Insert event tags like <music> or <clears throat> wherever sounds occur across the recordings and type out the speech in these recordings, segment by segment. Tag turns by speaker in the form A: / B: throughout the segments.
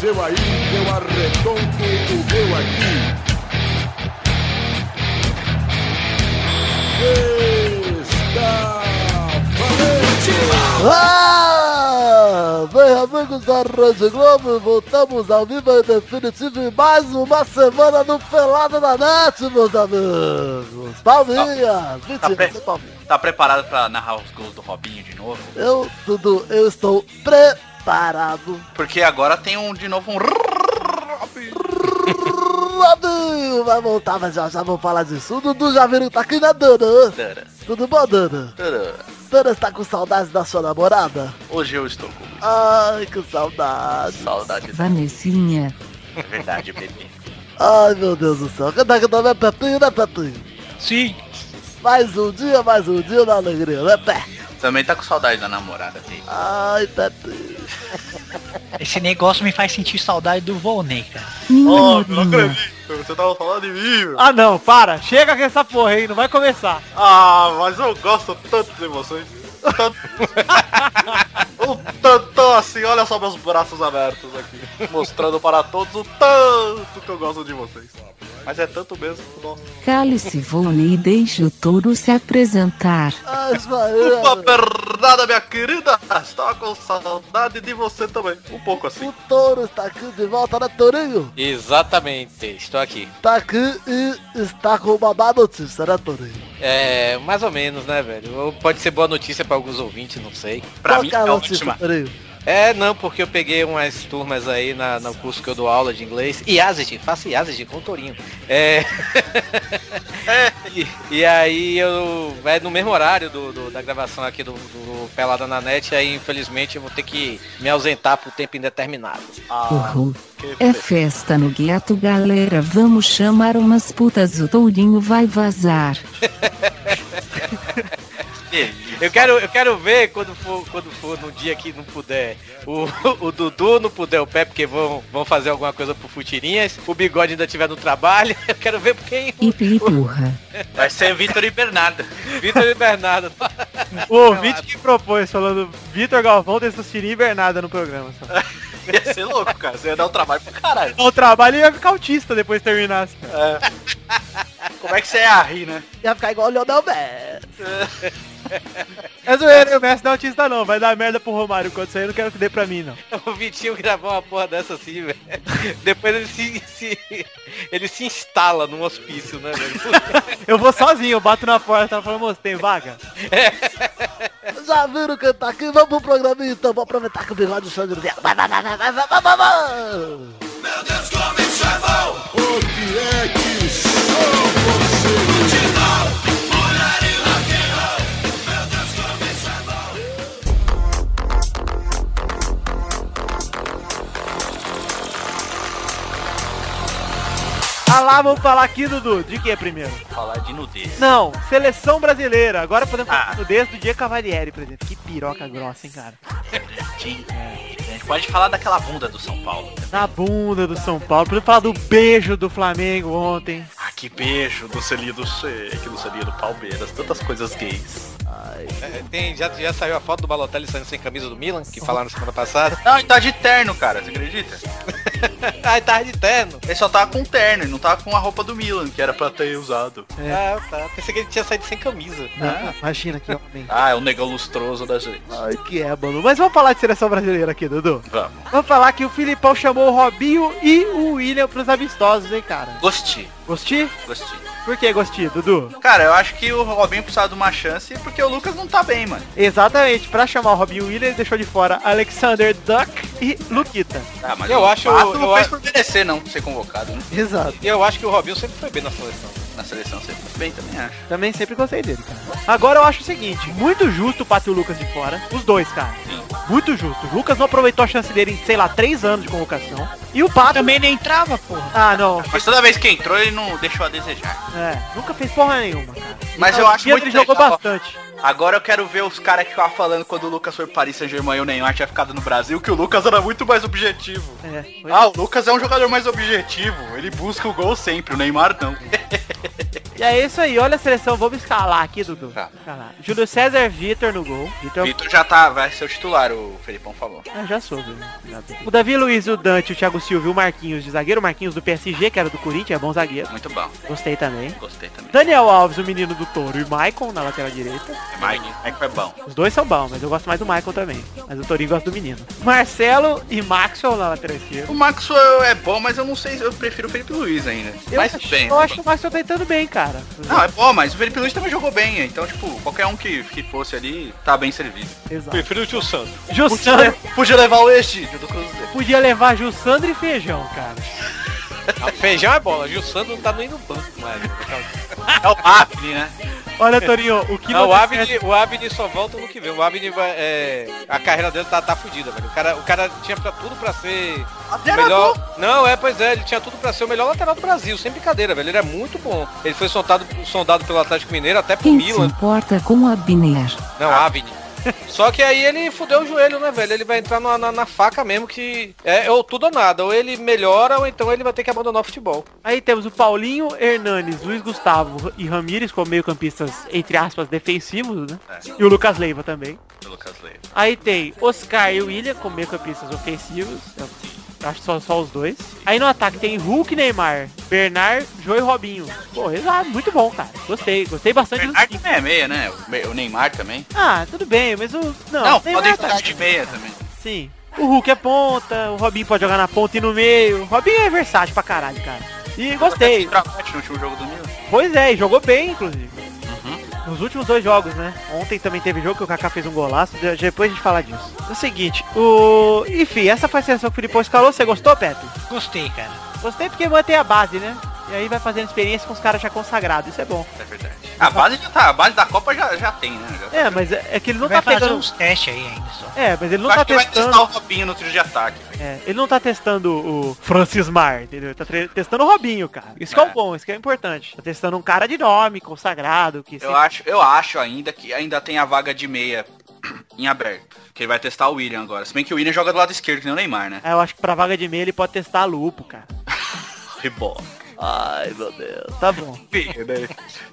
A: seu aí, eu arredonto o meu aqui. Está valente!
B: Ah, bem, amigos da Rede Globo, voltamos ao vivo e definitivo em mais uma semana do Pelada da NET, meus amigos. Palminhas, mentira,
C: bem.
B: sem palminhas.
C: Tá preparado pra narrar os gols do Robinho de novo?
B: Eu, Dudu, eu estou preparado.
C: Porque agora tem um de novo um Robinho.
B: Robinho vai voltar, mas já já vou falar disso. O Dudu já viram que tá aqui na Dana.
C: Tara,
B: Tudo bom, Dana?
C: tara.
B: Dana está com saudades da sua namorada?
C: Hoje eu estou com
B: Ai, que saudade.
C: saudade da
D: Vanessinha,
C: é verdade, <laughs> bebê.
B: Ai, meu Deus do céu. Cadê que nome é Pepinho, né, Pepinho?
E: Sim.
B: Mais um dia, mais um dia na alegria, né, Pé?
C: Também tá com saudade da namorada dele.
B: Ai, Pepinho.
E: Esse negócio me faz sentir saudade do Volney, cara.
D: minha novinha,
C: acredito, você tava falando de mim.
F: Ah não, para, chega com essa porra aí, não vai começar.
C: Ah, mas eu gosto tanto de emoções. Tanto... um tantão assim, olha só meus braços abertos aqui. Mostrando para todos o tanto que eu gosto de vocês. Mas é tanto mesmo. Nossa.
D: cale-se Vone e deixe o touro se apresentar.
B: Ai,
C: Uma
B: Ismael.
C: pernada, minha querida! Estava com saudade de você também. Um pouco assim.
B: O touro está aqui de volta, né, Tourinho?
G: Exatamente, estou aqui.
B: Está aqui e está com uma má notícia, né, Tourinho?
G: É, mais ou menos, né, velho? Ou Pode ser boa notícia para alguns ouvintes, não sei.
C: Pra
B: Qual
C: mim,
B: que é a
C: é a
B: notícia,
C: última.
B: Tourinho?
G: É, não, porque eu peguei umas turmas aí na, no curso que eu dou aula de inglês. IASIG, faça IASIG com o Tourinho.
C: <laughs>
G: É...
C: É.
G: e, e aí eu... É no mesmo horário do, do- da gravação aqui do, do Pelada na Net, aí infelizmente eu vou ter que me ausentar por tempo indeterminado.
D: Uhul. É festa no gueto, galera. Vamos chamar umas putas. O tourinho vai vazar.
G: Eu quero, eu quero ver quando for, quando for no dia que não puder o, o <laughs> Dudu, não puder o pé, porque vão, vão fazer alguma coisa pro Futirinhas, o bigode ainda tiver no trabalho, <laughs> eu quero ver quem o
D: Ipi e turra.
C: Vai ser Vitor e Bernardo.
G: Vitor e Bernardo. <laughs>
F: O ouvinte que propôs falando Vitor Galvão, Tessuciri e Bernarda no programa. Só. É
C: Ia ser louco, cara. Você ia dar um trabalho pra caralho.
F: O trabalho ia ficar autista depois assim. que terminasse.
C: Como é que você ia rir, né?
B: Ia ficar igual o Leonel Messi.
F: É zoeira, o Messi não é autista não, vai dar merda pro Romário quando sair, eu não quero que dê pra mim não.
G: O Vitinho gravar uma porra dessa assim, velho. Depois ele se, se- ele se instala num hospício, né, velho?
F: Eu vou sozinho, eu bato na porta, ela fala, moço, tem vaga?
B: Já viram quem tá aqui? Vamos pro programa então. Vou aproveitar que o bigode está de Vai, vai, vai, vai, vai, vai, vai, vai, vai.
A: O que é que sou você?
F: Ah lá, vamos falar aqui, Dudu, de que primeiro?
C: Falar de nudez. né?
F: Não, seleção brasileira, agora podemos falar
C: Ah.
F: do desde do dia Cavalieri, por exemplo. Que piroca grossa, hein, cara.
C: Gente, a gente pode falar daquela bunda do São Paulo.
F: Na bunda do São Paulo, podemos falar do beijo do Flamengo ontem.
C: Ah, que beijo do selinho do C, que do selinho do Palmeiras. Tantas coisas gays.
G: É, <laughs> Tem, já, já saiu a foto do Balotelli saindo sem camisa do Milan, que falaram semana passada.
C: Não, ele tá de terno, cara. Você acredita?
G: Ai, tarde terno.
C: Ele só tava com um terno, ele não tava com a roupa do Milan, que era pra ter usado.
G: Ah, tá. Pensei que ele tinha saído sem camisa.
F: Ah, imagina que homem.
C: Ah, é o negão lustroso da gente.
F: Ai, que ébano. Mas vamos falar de seleção brasileira aqui, Dudu.
C: Vamos.
F: Vamos falar que o Filipão chamou o Robinho e o William pros amistosos, hein, cara.
C: Gostei,
F: Gosti?
C: gostei.
F: Por que gosti, Dudu?
C: Cara, eu acho que o Robinho precisava de uma chance porque o Lucas não tá bem, mano.
F: Exatamente, pra chamar o Robinho e o William, ele deixou de fora Alexander Duck e Luquita.
C: Ah, mas
G: Eu
C: o
G: acho-
C: Pato não
G: eu
C: fez
G: a-
C: por merecer, não, ser convocado né?
F: Exato.
G: E eu acho que o Robinho sempre foi bem na seleção.
C: na seleção. Você fez bem também, acho.
F: Também sempre gostei dele, cara. Agora eu acho o seguinte, muito justo o Pato e o Lucas de fora. Os dois, cara. Muito justo. O Lucas não aproveitou a chance dele em, sei lá, três anos de convocação. E o Pato...
E: Também nem entrava, porra.
F: Ah, não.
C: Mas toda vez que entrou, ele não deixou a desejar.
F: É, nunca fez porra nenhuma, cara.
C: Mas eu acho
F: que
C: muito
F: ele jogou
C: legal.
F: bastante.
C: Agora eu quero ver os caras que estavam falando quando o Lucas foi pro Paris Saint-Germain e o Neymar tinha ficado no Brasil, que o Lucas era muito mais objetivo.
F: É, foi-
C: Ah, o Lucas é um jogador mais objetivo. Ele busca o gol sempre, o Neymar não.
F: E É isso aí, olha a seleção, vamos escalar aqui, Dudu.
C: Tá.
F: Escalar. Júlio César Vitor no gol. Vitor
C: Vitor já tá, vai ser o titular, o Felipão falou.
F: Ah, já soube. né? O Davi Luiz, o Dante, o Thiago Silva e o Marquinhos de zagueiro. O Marquinhos do PSG, que era do Corinthians, é bom zagueiro.
C: Muito bom,
F: Gostei também.
C: gostei também.
F: Daniel Alves, o menino do touro, e Maicon na lateral direita.
C: Mike, Mike foi bom.
F: Os dois são bons, mas eu gosto mais do Maicon também. Mas o Torinho gosta do menino. Marcelo e Maxwell na lateral esquerda.
C: O Maxwell é bom, mas eu não sei, eu prefiro o Felipe Luiz ainda.
F: Eu,
C: mas
F: acho,
C: bem. né?
F: eu acho que o Maxwell tá entrando bem, cara.
C: Não, é bom, mas o Felipe Luiz também jogou bem, então, tipo, qualquer um que, que fosse ali, tá bem servido.
F: Exato.
H: Prefiro o tio
C: <laughs>
H: Santos.
F: Jussandro,
H: Podia levar o este do
C: né?
H: Cruzeiro.
F: podia levar Jussandro e Feijão, cara.
C: feijão é bola, Gil Sandro não tá nem no banco mais. É o Abni, né?
F: Tá Olha, Torinho, o que
C: Não, o
F: deu
H: é
C: Abni, o Abni só volta no que vem. O Abni vai. é, a carreira dele tá, tá fudida, velho. O cara, o cara tinha pra, tudo pra ser o melhor. Não, é, pois é, ele tinha tudo pra ser o melhor lateral do Brasil, sem brincadeira, velho. Ele é muito bom. Ele foi sondado, sondado pelo Atlético Mineiro até pro
D: Quem se
C: Milan.
D: importa com a Biner?
C: Não,
G: Ah.
C: Avni. Só que aí ele fudeu o joelho, né, velho? Ele vai entrar na, na- na faca mesmo que é ou tudo ou nada. Ou ele melhora ou então ele vai ter que abandonar o futebol.
F: Aí temos o Paulinho, Hernanes, Luiz Gustavo e Ramírez como meio-campistas, entre aspas, defensivos, né? E o Lucas Leiva também.
C: É. Lucas Leiva.
F: Aí tem Oscar e William como meio-campistas ofensivos. Eu Acho que só, só os dois. Aí no ataque tem Hulk, Neymar, Bernard, Joe e Robinho. Pô, exato, muito bom, cara. Gostei, gostei bastante dos
C: Bernard
F: cinco.
C: também é meia, né? O Me- O Neymar também.
F: Ah, tudo bem, mas o... Não,
C: Não,
F: Neymar
C: podem
F: tá-
C: jogar de meia também.
F: Sim. O Hulk é ponta, o Robinho pode jogar na ponta e no meio. O Robinho é versátil pra caralho, cara. E gostei.
C: Centroavante no último jogo do Milan.
F: Pois é, e jogou bem, inclusive. Nos últimos dois jogos, né? Ontem também teve jogo que o Kaká fez um golaço, de- depois a gente fala disso. É o seguinte, o... Enfim, essa foi a seleção que o Filipão escalou. Você gostou, Pepe?
E: Gostei, cara.
F: Gostei porque mantém a base, né? E aí vai fazendo experiência com os caras já consagrados, isso é bom.
C: É verdade. A base já tá, a base da Copa já, já tem, né? Já-
F: É, mas é é que ele não
E: vai
F: tá
E: fazer
F: pegando...
E: uns testes aí ainda só.
F: É, mas ele não
C: Eu acho
F: tá
C: que vai
F: testando...
C: testar o Robinho no trio de ataque, velho.
F: É, ele não tá testando o Francis Mar, entendeu? Ele tá tre- testando o Robinho, cara. Isso que é o
C: É.
F: bom, isso que é o importante. Tá testando um cara de nome, consagrado, que
C: Eu acho, eu acho ainda que ainda tem a vaga de meia <clears throat> em aberto. Que ele vai testar o William agora. Se bem que o William joga do lado esquerdo, que nem o Neymar, né?
F: Ah, eu acho que pra vaga de meia ele pode testar a Lupo, cara.
C: Rebola.
F: Ai, meu Deus. Tá bom.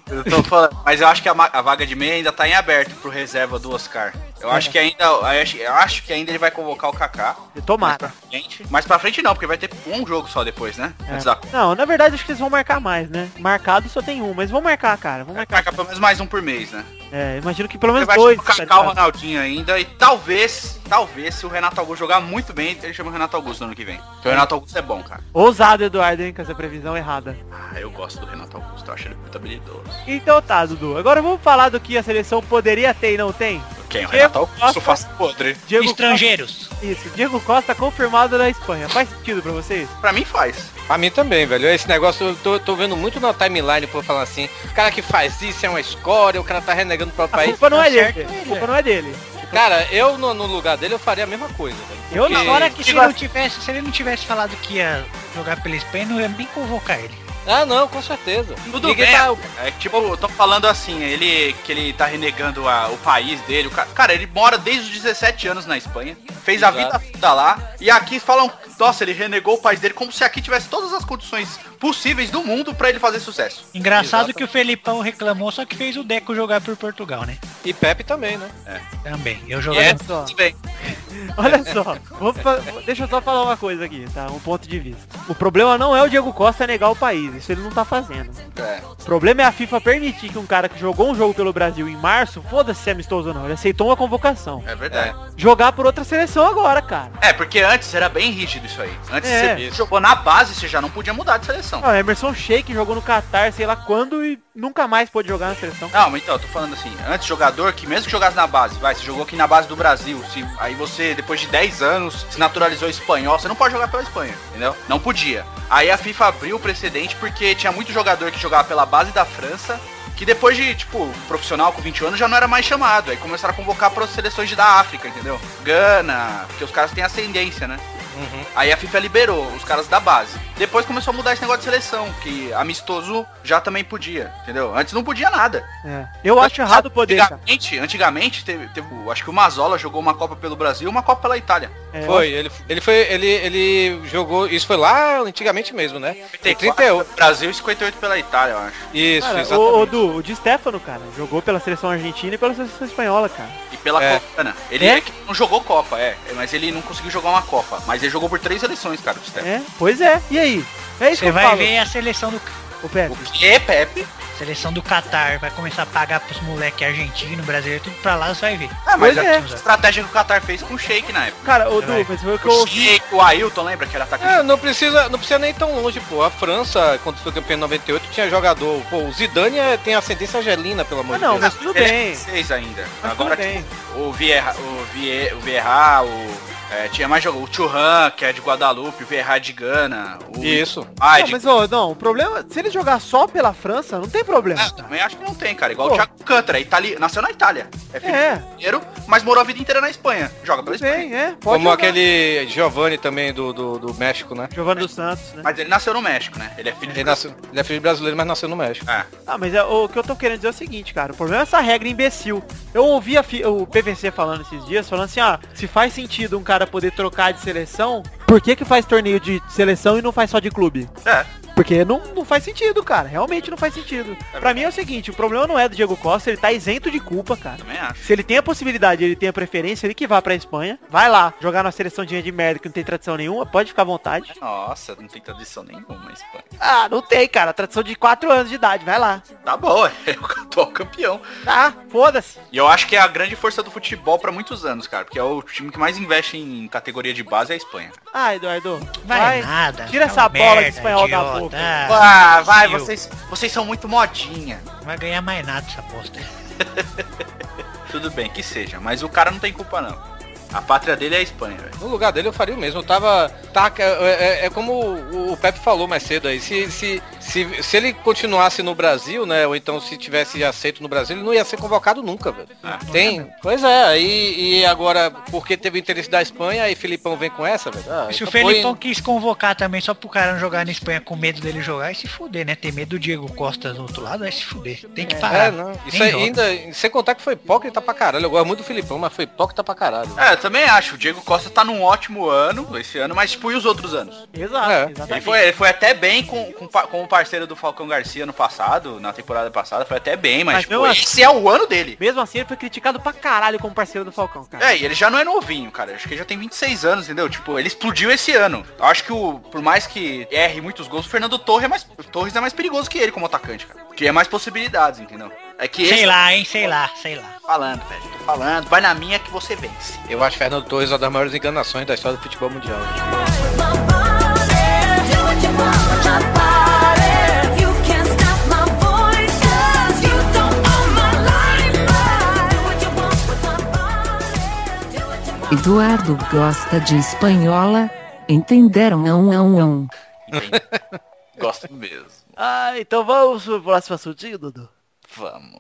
C: Eu tô falando. Mas eu acho que a, ma- a vaga de meia ainda tá em aberto pro reserva do Oscar. Eu acho que ainda. Eu acho, eu acho que ainda ele vai convocar o Kaká.
F: Tomara.
C: Gente. Mas pra frente não, porque vai ter um jogo só depois, né?
F: É.
C: Antes da Copa.
F: Não, na verdade acho que eles vão marcar mais, né? Marcado só tem um, mas vão marcar, cara. Vão marcar.
C: Kaká pelo menos mais um por mês, né?
F: É, imagino que pelo menos
C: vai
F: dois.
C: chamar
F: tá
C: o Kaká, o Ronaldinho ainda e talvez, talvez, se o Renato Augusto jogar muito bem, ele chama o Renato Augusto no ano que vem. Porque o Renato Augusto é bom, cara.
F: Ousado, Eduardo, hein, com essa previsão errada.
C: Ah, eu gosto do Renato Augusto, eu acho ele muito habilidoso.
F: Então tá, Dudu. Agora vamos falar do que a seleção poderia ter e não tem?
C: Quem? O
F: Eu
C: Renato Augusto
F: gosto-
C: faz podre.
F: Diego
E: Estrangeiros.
F: Costa, isso, Diego Costa confirmado na Espanha. Faz sentido pra vocês?
C: Pra mim faz.
G: Pra mim também, velho. Esse negócio eu tô, tô vendo muito na timeline, por falar assim, o cara que faz isso é uma escória, o cara tá renegando o próprio
C: <laughs>
F: A
G: país.
F: culpa não é
E: tá certo,
F: dele. A
E: ele
F: culpa
E: é.
F: não é dele.
G: Cara, eu no, no lugar dele eu faria a mesma coisa, velho.
F: Eu na
G: Porque-
E: Agora que se
F: é, Que
E: ele, não tivesse, se ele não tivesse falado que ia jogar pela Espanha, não ia nem convocar ele.
G: Ah não, com certeza.
C: Tudo
G: Ninguém
C: bem.
G: tá-
C: É que, tipo, eu tô falando assim, ele que ele tá renegando a- o país dele. O ca- cara, ele mora desde os 17 anos na Espanha, fez a vida
G: Exato.
C: toda lá. E aqui falam, nossa, ele renegou o país dele como se aqui tivesse todas as condições possíveis do mundo pra ele fazer sucesso.
E: Engraçado
G: Exatamente.
E: que o Felipão reclamou, só que fez o Deco jogar por Portugal, né?
G: E Pepe também, né?
E: Também. Eu
C: É.
E: jogaria.
F: Olha só,
C: Tudo bem.
F: olha só. Vou fa- vou- deixa eu só falar uma coisa aqui, tá? Um ponto de vista. O problema não é o Diego Costa negar o país. Isso ele não tá fazendo. O problema é a FIFA permitir que um cara que jogou um jogo pelo Brasil em março, foda-se se é amistoso ou não, ele aceitou uma convocação.
C: É verdade.
F: Jogar por outra seleção agora, cara.
C: É, porque antes era bem rígido isso aí. Antes
F: É.
C: você jogou na base, você já não podia mudar de seleção.
F: Ah, Emerson Sheik jogou no Qatar, sei lá quando, e nunca mais pôde jogar na seleção.
C: Não, mas então, eu tô falando assim, antes jogador que mesmo que jogasse na base, vai, você jogou aqui na base do Brasil, se, aí você, depois de 10 anos, se naturalizou espanhol, você não pode jogar pela Espanha, entendeu? Não podia. Aí a FIFA abriu o precedente porque tinha muito jogador que jogava pela base da França, que depois de, tipo, profissional com 20 anos já não era mais chamado. Aí começaram a convocar para seleções da África, entendeu? Gana, porque os caras têm ascendência, né? Aí a FIFA liberou os caras da base. Depois começou a mudar esse negócio de seleção, que amistoso já também podia, entendeu? Antes não podia nada.
F: É. Eu acho errado o poder, cara.
C: Antigamente, antigamente teve, teve o- acho que o Mazola jogou uma Copa pelo Brasil e uma Copa pela Itália.
F: É,
G: Foi, ele, ele foi, ele, ele jogou, isso foi lá antigamente mesmo, né? Tem
C: 34
G: 31.
C: Brasil e 58 pela Itália, eu acho.
G: Isso,
F: Cara,
G: exatamente.
F: o, o, Du, o Di Stefano, cara, jogou pela seleção argentina e pela seleção espanhola, cara.
C: E pela
G: É.
C: Copa, né? Ele
F: É?
C: é que não jogou Copa, é. É, Mas ele não conseguiu jogar uma Copa. Mas ele jogou por três eleições, cara, o Steph.
F: É, pois é. E aí? É isso que
E: Você
F: eu
E: vai
F: falo,
E: ver a seleção do
F: o Pepe.
C: O quê, É, Pepe?
E: seleção do Catar vai começar a pagar pros moleque argentino, brasileiro, tudo pra lá, você vai ver.
C: Ah, mas
F: Pois
C: é.
F: é.
C: a estratégia que o Qatar fez com o Sheik na época.
F: Cara, o
E: Você
F: Du,
E: vai-
F: mas foi o que eu
C: O
F: ouvi.
C: Sheik, o Ailton, lembra que era atacante?
G: Ah, não precisa, não precisa nem ir tão longe, pô. A França, quando foi campeão em 98, tinha jogador. Pô, o Zidane é- tem ascendência argelina, pelo amor
F: Ah,
G: de
F: não,
G: Deus.
F: mas tudo bem.
C: Seis ainda.
F: Mas tudo
C: Agora
F: bem.
C: o Vieira, o Vieira, o, Vieira, o é, tinha mais jogo, o Churran, que é de Guadalupe, o Vieira de Gana, o é
G: Isso.
C: Ai,
F: Não, mas ô, não, o problema, se ele jogar só pela França, não tem problema. cara.
C: Ah, também acho que não tem, cara. Igual
F: Tá. Pô.
C: o Thiago Cantra, Itali... nasceu na Itália. É filho
F: É.
C: de brasileiro, mas morou a vida inteira na Espanha. Joga pela
F: Tudo
C: Espanha.
F: bem, é. Pode
G: Como
F: jogar.
G: aquele Giovanni também do, do, do México, né?
F: Giovanni dos Santos, né?
C: Mas ele nasceu no México, né? Ele é filho
G: Ele,
C: de
G: nasceu, ele é filho de brasileiro, mas nasceu no México.
C: Ah,
F: Ah, mas é- o que eu tô querendo dizer é o seguinte, cara. O problema é essa regra imbecil. Eu ouvi a fi- o PVC falando esses dias, falando assim, ah, se faz sentido um cara poder trocar de seleção, por que que faz torneio de seleção e não faz só de clube?
C: É.
F: Porque não, não faz sentido, cara. Realmente não faz sentido. pra mim é o seguinte, o problema não é do Diego Costa, ele tá isento de culpa, cara.
C: também acho.
F: Se ele tem a possibilidade, ele tem a preferência, ele que vá pra Espanha, vai lá, jogar na seleção de de merda que não tem tradição nenhuma, pode ficar à vontade.
C: Nossa, não tem tradição nenhuma na Espanha.
F: Ah, não tem, cara, tradição de 4 anos de idade, vai lá.
C: Tá bom, <laughs> é o atual campeão.
F: Tá, foda-se.
C: E eu acho que é a grande força do futebol pra muitos anos, cara. Porque é o time que mais investe em categoria de base é a Espanha.
F: Ah, Eduardo,
E: Vai,
F: vai.
E: nada. aquela
F: tira essa bola de
E: merda,
F: espanhol da
E: idiota.
F: boca.
E: Ah, imbecil.
C: vocês são muito modinha.
E: Não vai ganhar mais nada essa bosta.
C: Tudo bem, que seja, mas o cara não tem culpa não. A pátria dele é a Espanha, velho.
G: No lugar dele eu faria o mesmo. Eu tava. Tá, é, é- é como o o Pepe falou mais cedo aí. Se, se, se, se ele continuasse no Brasil, né? Ou então se tivesse aceito no Brasil, ele não ia ser convocado nunca, velho.
C: Ah,
G: Tem. Pois é, e, e agora, porque teve interesse da Espanha, aí Filipão vem com essa, velho. Ah,
E: E se o
G: então
E: Felipão
G: põe-
E: quis convocar também só pro cara não jogar na Espanha com medo dele jogar, e se fuder, né? Ter medo do Diego Costa do outro lado, vai se fuder. Tem que parar.
G: É, não. Isso
E: tá Nem
G: aí
E: joga.
G: ainda. Sem contar que foi hipócrita pra caralho. Eu gosto muito do Filipão, mas foi hipócrita pra caralho.
C: É, eu também acho. O Diego Costa tá num ótimo ano, esse ano, mas tipo, e os outros anos?
F: Exato,
G: É.
C: Ele
F: exatamente.
C: foi, ele foi até bem com, com, pa- com o parceiro do Falcão Garcia no passado, na temporada passada, foi até bem, mas,
F: Mas
C: tipo,
F: mesmo assim-
C: esse é o ano dele.
F: Mesmo assim, ele foi criticado pra caralho como parceiro do Falcão, cara.
C: É, e ele já não é novinho, cara. Acho que ele já tem 26 anos, entendeu? Tipo, ele explodiu esse ano. Eu Acho que o, por mais que erre muitos gols, o Fernando Torres é mais, Torres é mais perigoso que ele como atacante, cara. Tinha mais possibilidades, entendeu? É que
E: Sei
C: esse-
E: lá, hein? Sei lá, sei lá.
C: Tô falando, velho. Tô falando. Vai na minha que você vence.
G: Eu acho Fernando Torres uma das maiores enganações da história do futebol mundial.
I: Eduardo gosta de espanhola. Entenderam? Não, não, não.
C: Gosto mesmo.
F: Ah, então vamos pro próximo assuntinho, Dudu.
C: Vamos.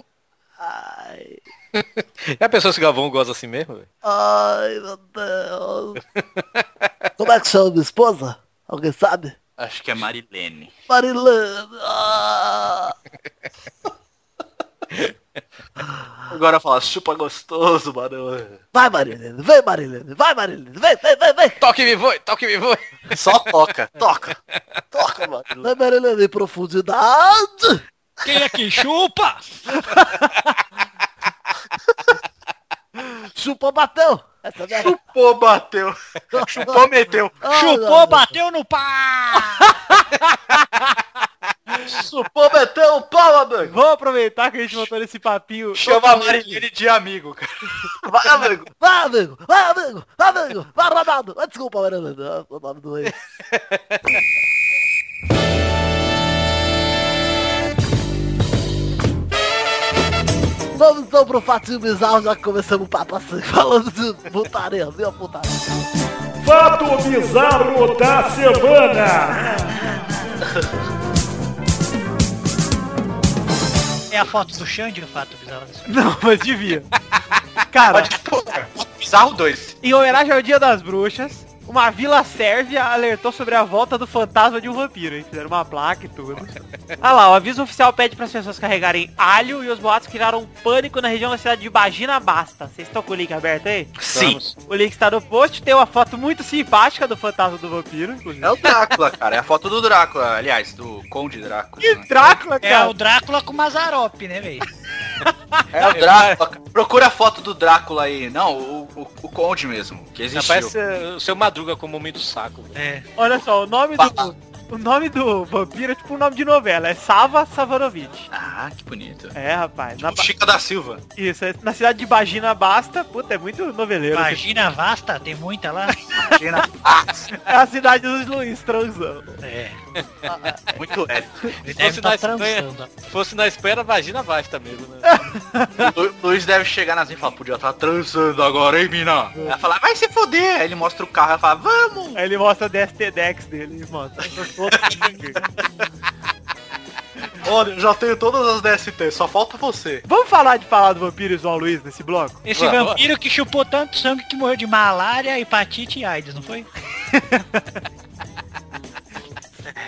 F: Ai,
G: É a pessoa se Galvão gosta assim mesmo, velho?
B: Ai, meu Deus. Como é que chama minha esposa? Alguém sabe?
C: Acho que é Marilene.
B: Marilene. Ah.
C: Ah.
J: Agora fala, chupa gostoso, mano.
B: Vai, Marilene. Vem, Marilene. Vai, Marilene. Vem, vem, vem, vem.
G: Toque me voe, toque me voe.
J: Só toca, toca. Toca, mano.
B: Vem, Marilene, em profundidade.
E: Quem é que chupa? <laughs>
B: Chupou, bateu. Essa é merda.
J: Chupou, bateu. Chupou, meteu.
B: Ah,
E: Chupou,
B: não.
E: bateu no pá!
J: Chupou, meteu o pau, amigo.
F: Vamos aproveitar que a gente voltou nesse papinho.
J: Chama a Marilene de amigo, cara. Vai, amigo.
B: Vai, amigo. Vai, amigo. Vai, amigo. Vai, Ronaldo. Ah, Desculpa, Marilene. Ah, O nome
F: <laughs>
B: do ex. Vamos então pro Fatinho Bizarro, já que começamos o papo assim, falando de putaria, viu, putaria.
K: Fato bizarro da semana.
E: É a foto do Xande, de fato, bizarro.
F: Não, mas devia. Cara,
C: Bizarro 2.
F: em homenagem ao Dia das Bruxas, uma vila sérvia alertou sobre a volta do fantasma de um vampiro. Eles fizeram uma placa
E: <laughs>
F: e tudo. ah lá, o aviso oficial pede para as pessoas carregarem alho e os boatos criaram um pânico na região da cidade de Bagina Basta. Vocês estão com o link aberto aí?
G: Sim.
F: O link está no post, tem uma foto muito simpática do fantasma do vampiro, inclusive.
C: É o Drácula, cara. É a foto do Drácula. Aliás, do Conde Drácula.
F: Que
C: né?
F: Drácula,
E: É
F: cara!
E: o Drácula com Mazarop, né, velho?
C: É o Drácula. cara. Procura a foto do Drácula aí. Não, o, o, o Conde mesmo, que existiu.
G: Parece o seu Madruga com o homem do saco.
E: É.
F: Olha só, o nome do. O nome do vampiro é tipo um nome de novela, é Sava Savarovic.
C: Ah, que bonito.
F: É, rapaz. Na, ba-
C: Chica da Silva.
F: isso, é na cidade de Bagina Basta, puta, é muito noveleiro.
E: Imagina vasta, tem muita lá.
F: É a cidade dos Luiz transão.
E: É.
G: Muito é.
E: Ele
G: Então,
E: deve tá
G: se
E: estar
G: nós ganha-
E: transando.
G: Se fosse na Espanha, era vagina vasta mesmo, <laughs> né?
C: Lu- Luiz deve chegar na Zinha e falar, podia estar transando agora, hein, mina? Ela fala, vai se foder. Aí ele mostra o carro, ela fala, vamos.
F: Aí ele mostra o DST Dex dele,
C: <laughs>
F: mostra.
L: Olha, já tenho todas as DST, só falta você.
F: Vamos falar de falar do vampiro e João Luiz nesse bloco?
E: Esse vampiro que chupou tanto sangue que morreu de malária, hepatite e AIDS, não foi?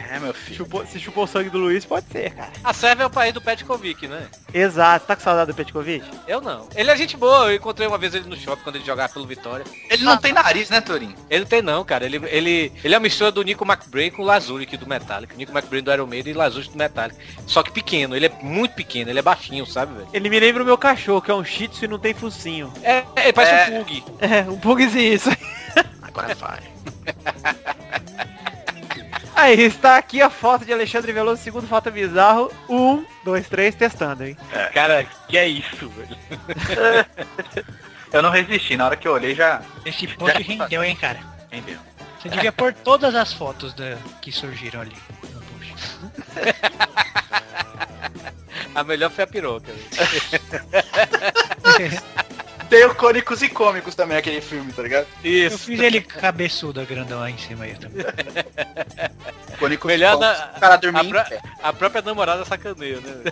C: É, meu filho.
F: Chupou- se chupou o sangue do Luiz, pode ser, cara.
G: A Sérvia é o país do Petkovic, né?
F: Exato, tá com saudade do Petkovic?
G: Eu não. Ele é gente boa, eu encontrei uma vez ele no shopping quando ele jogava pelo Vitória.
C: Ele não tem nariz, né, Torinho?
G: Ele não tem não, cara. Ele, ele, ele é uma mistura do Nico McBrain com o Lazuric do Metallica. Nico McBrain do Iron Maiden e Lazuric do Metallica. Só que pequeno, ele é muito pequeno, ele é baixinho, sabe, velho?
F: Ele me lembra o meu cachorro, que é um shih tzu e não tem focinho. <laughs>
G: É, é, ele parece
C: É.
G: um Pug.
F: É, um bugzinho isso. <laughs>
C: Agora vai.
F: Aí está aqui a foto de Alexandre Veloso, segundo fato bizarro. Um, dois, três, testando, hein?
G: Cara, que é isso, velho?
C: É. <laughs> Eu não resisti, na hora que eu olhei já...
G: <laughs>
E: Esse post rendeu, hein, cara?
C: Entendeu?
E: Você devia pôr todas as fotos da- que surgiram ali. no post.
G: A melhor foi a piroca, velho.
F: <laughs>
C: Tem o Cônicos e Cômicos também, aquele filme, tá ligado?
E: Eu fiz ele cabeçudo, grandão lá em cima aí também.
C: Cônicos
G: Melhor
C: e Cômicos,
G: da-
C: o cara dormindo é.
G: a pra- A própria namorada sacaneia, né? velho?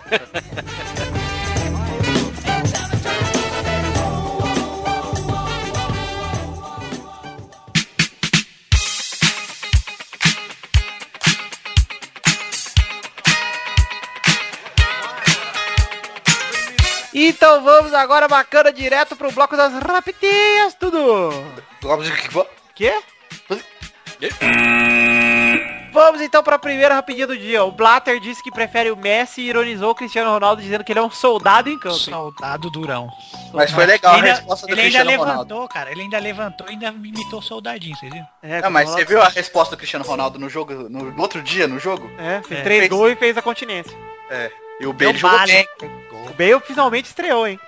F: Então vamos agora, bacana, direto pro bloco das rapidinhas, tudo! Quê? Vamos então para a primeira rapidinha do dia. O Blatter disse que prefere o Messi e ironizou o Cristiano Ronaldo dizendo que ele é um soldado em campo.
E: Soldado durão.
C: Mas foi É legal a
E: Ele ainda-
C: resposta do
E: Ele ainda
C: Cristiano Ronaldo.
E: levantou, cara. Ele ainda levantou e ainda imitou o soldadinho, vocês viram?
F: É,
C: Não, mas
F: como
C: você
F: ela-
C: viu a resposta do Cristiano Ronaldo no jogo, no, no outro dia, no jogo?
F: É, fez
E: É.
F: três
C: Fez-
F: gols e fez a continência.
C: E o Bale
E: Deu
C: jogou
E: bala,
C: bem,
F: O Bale finalmente estreou, hein?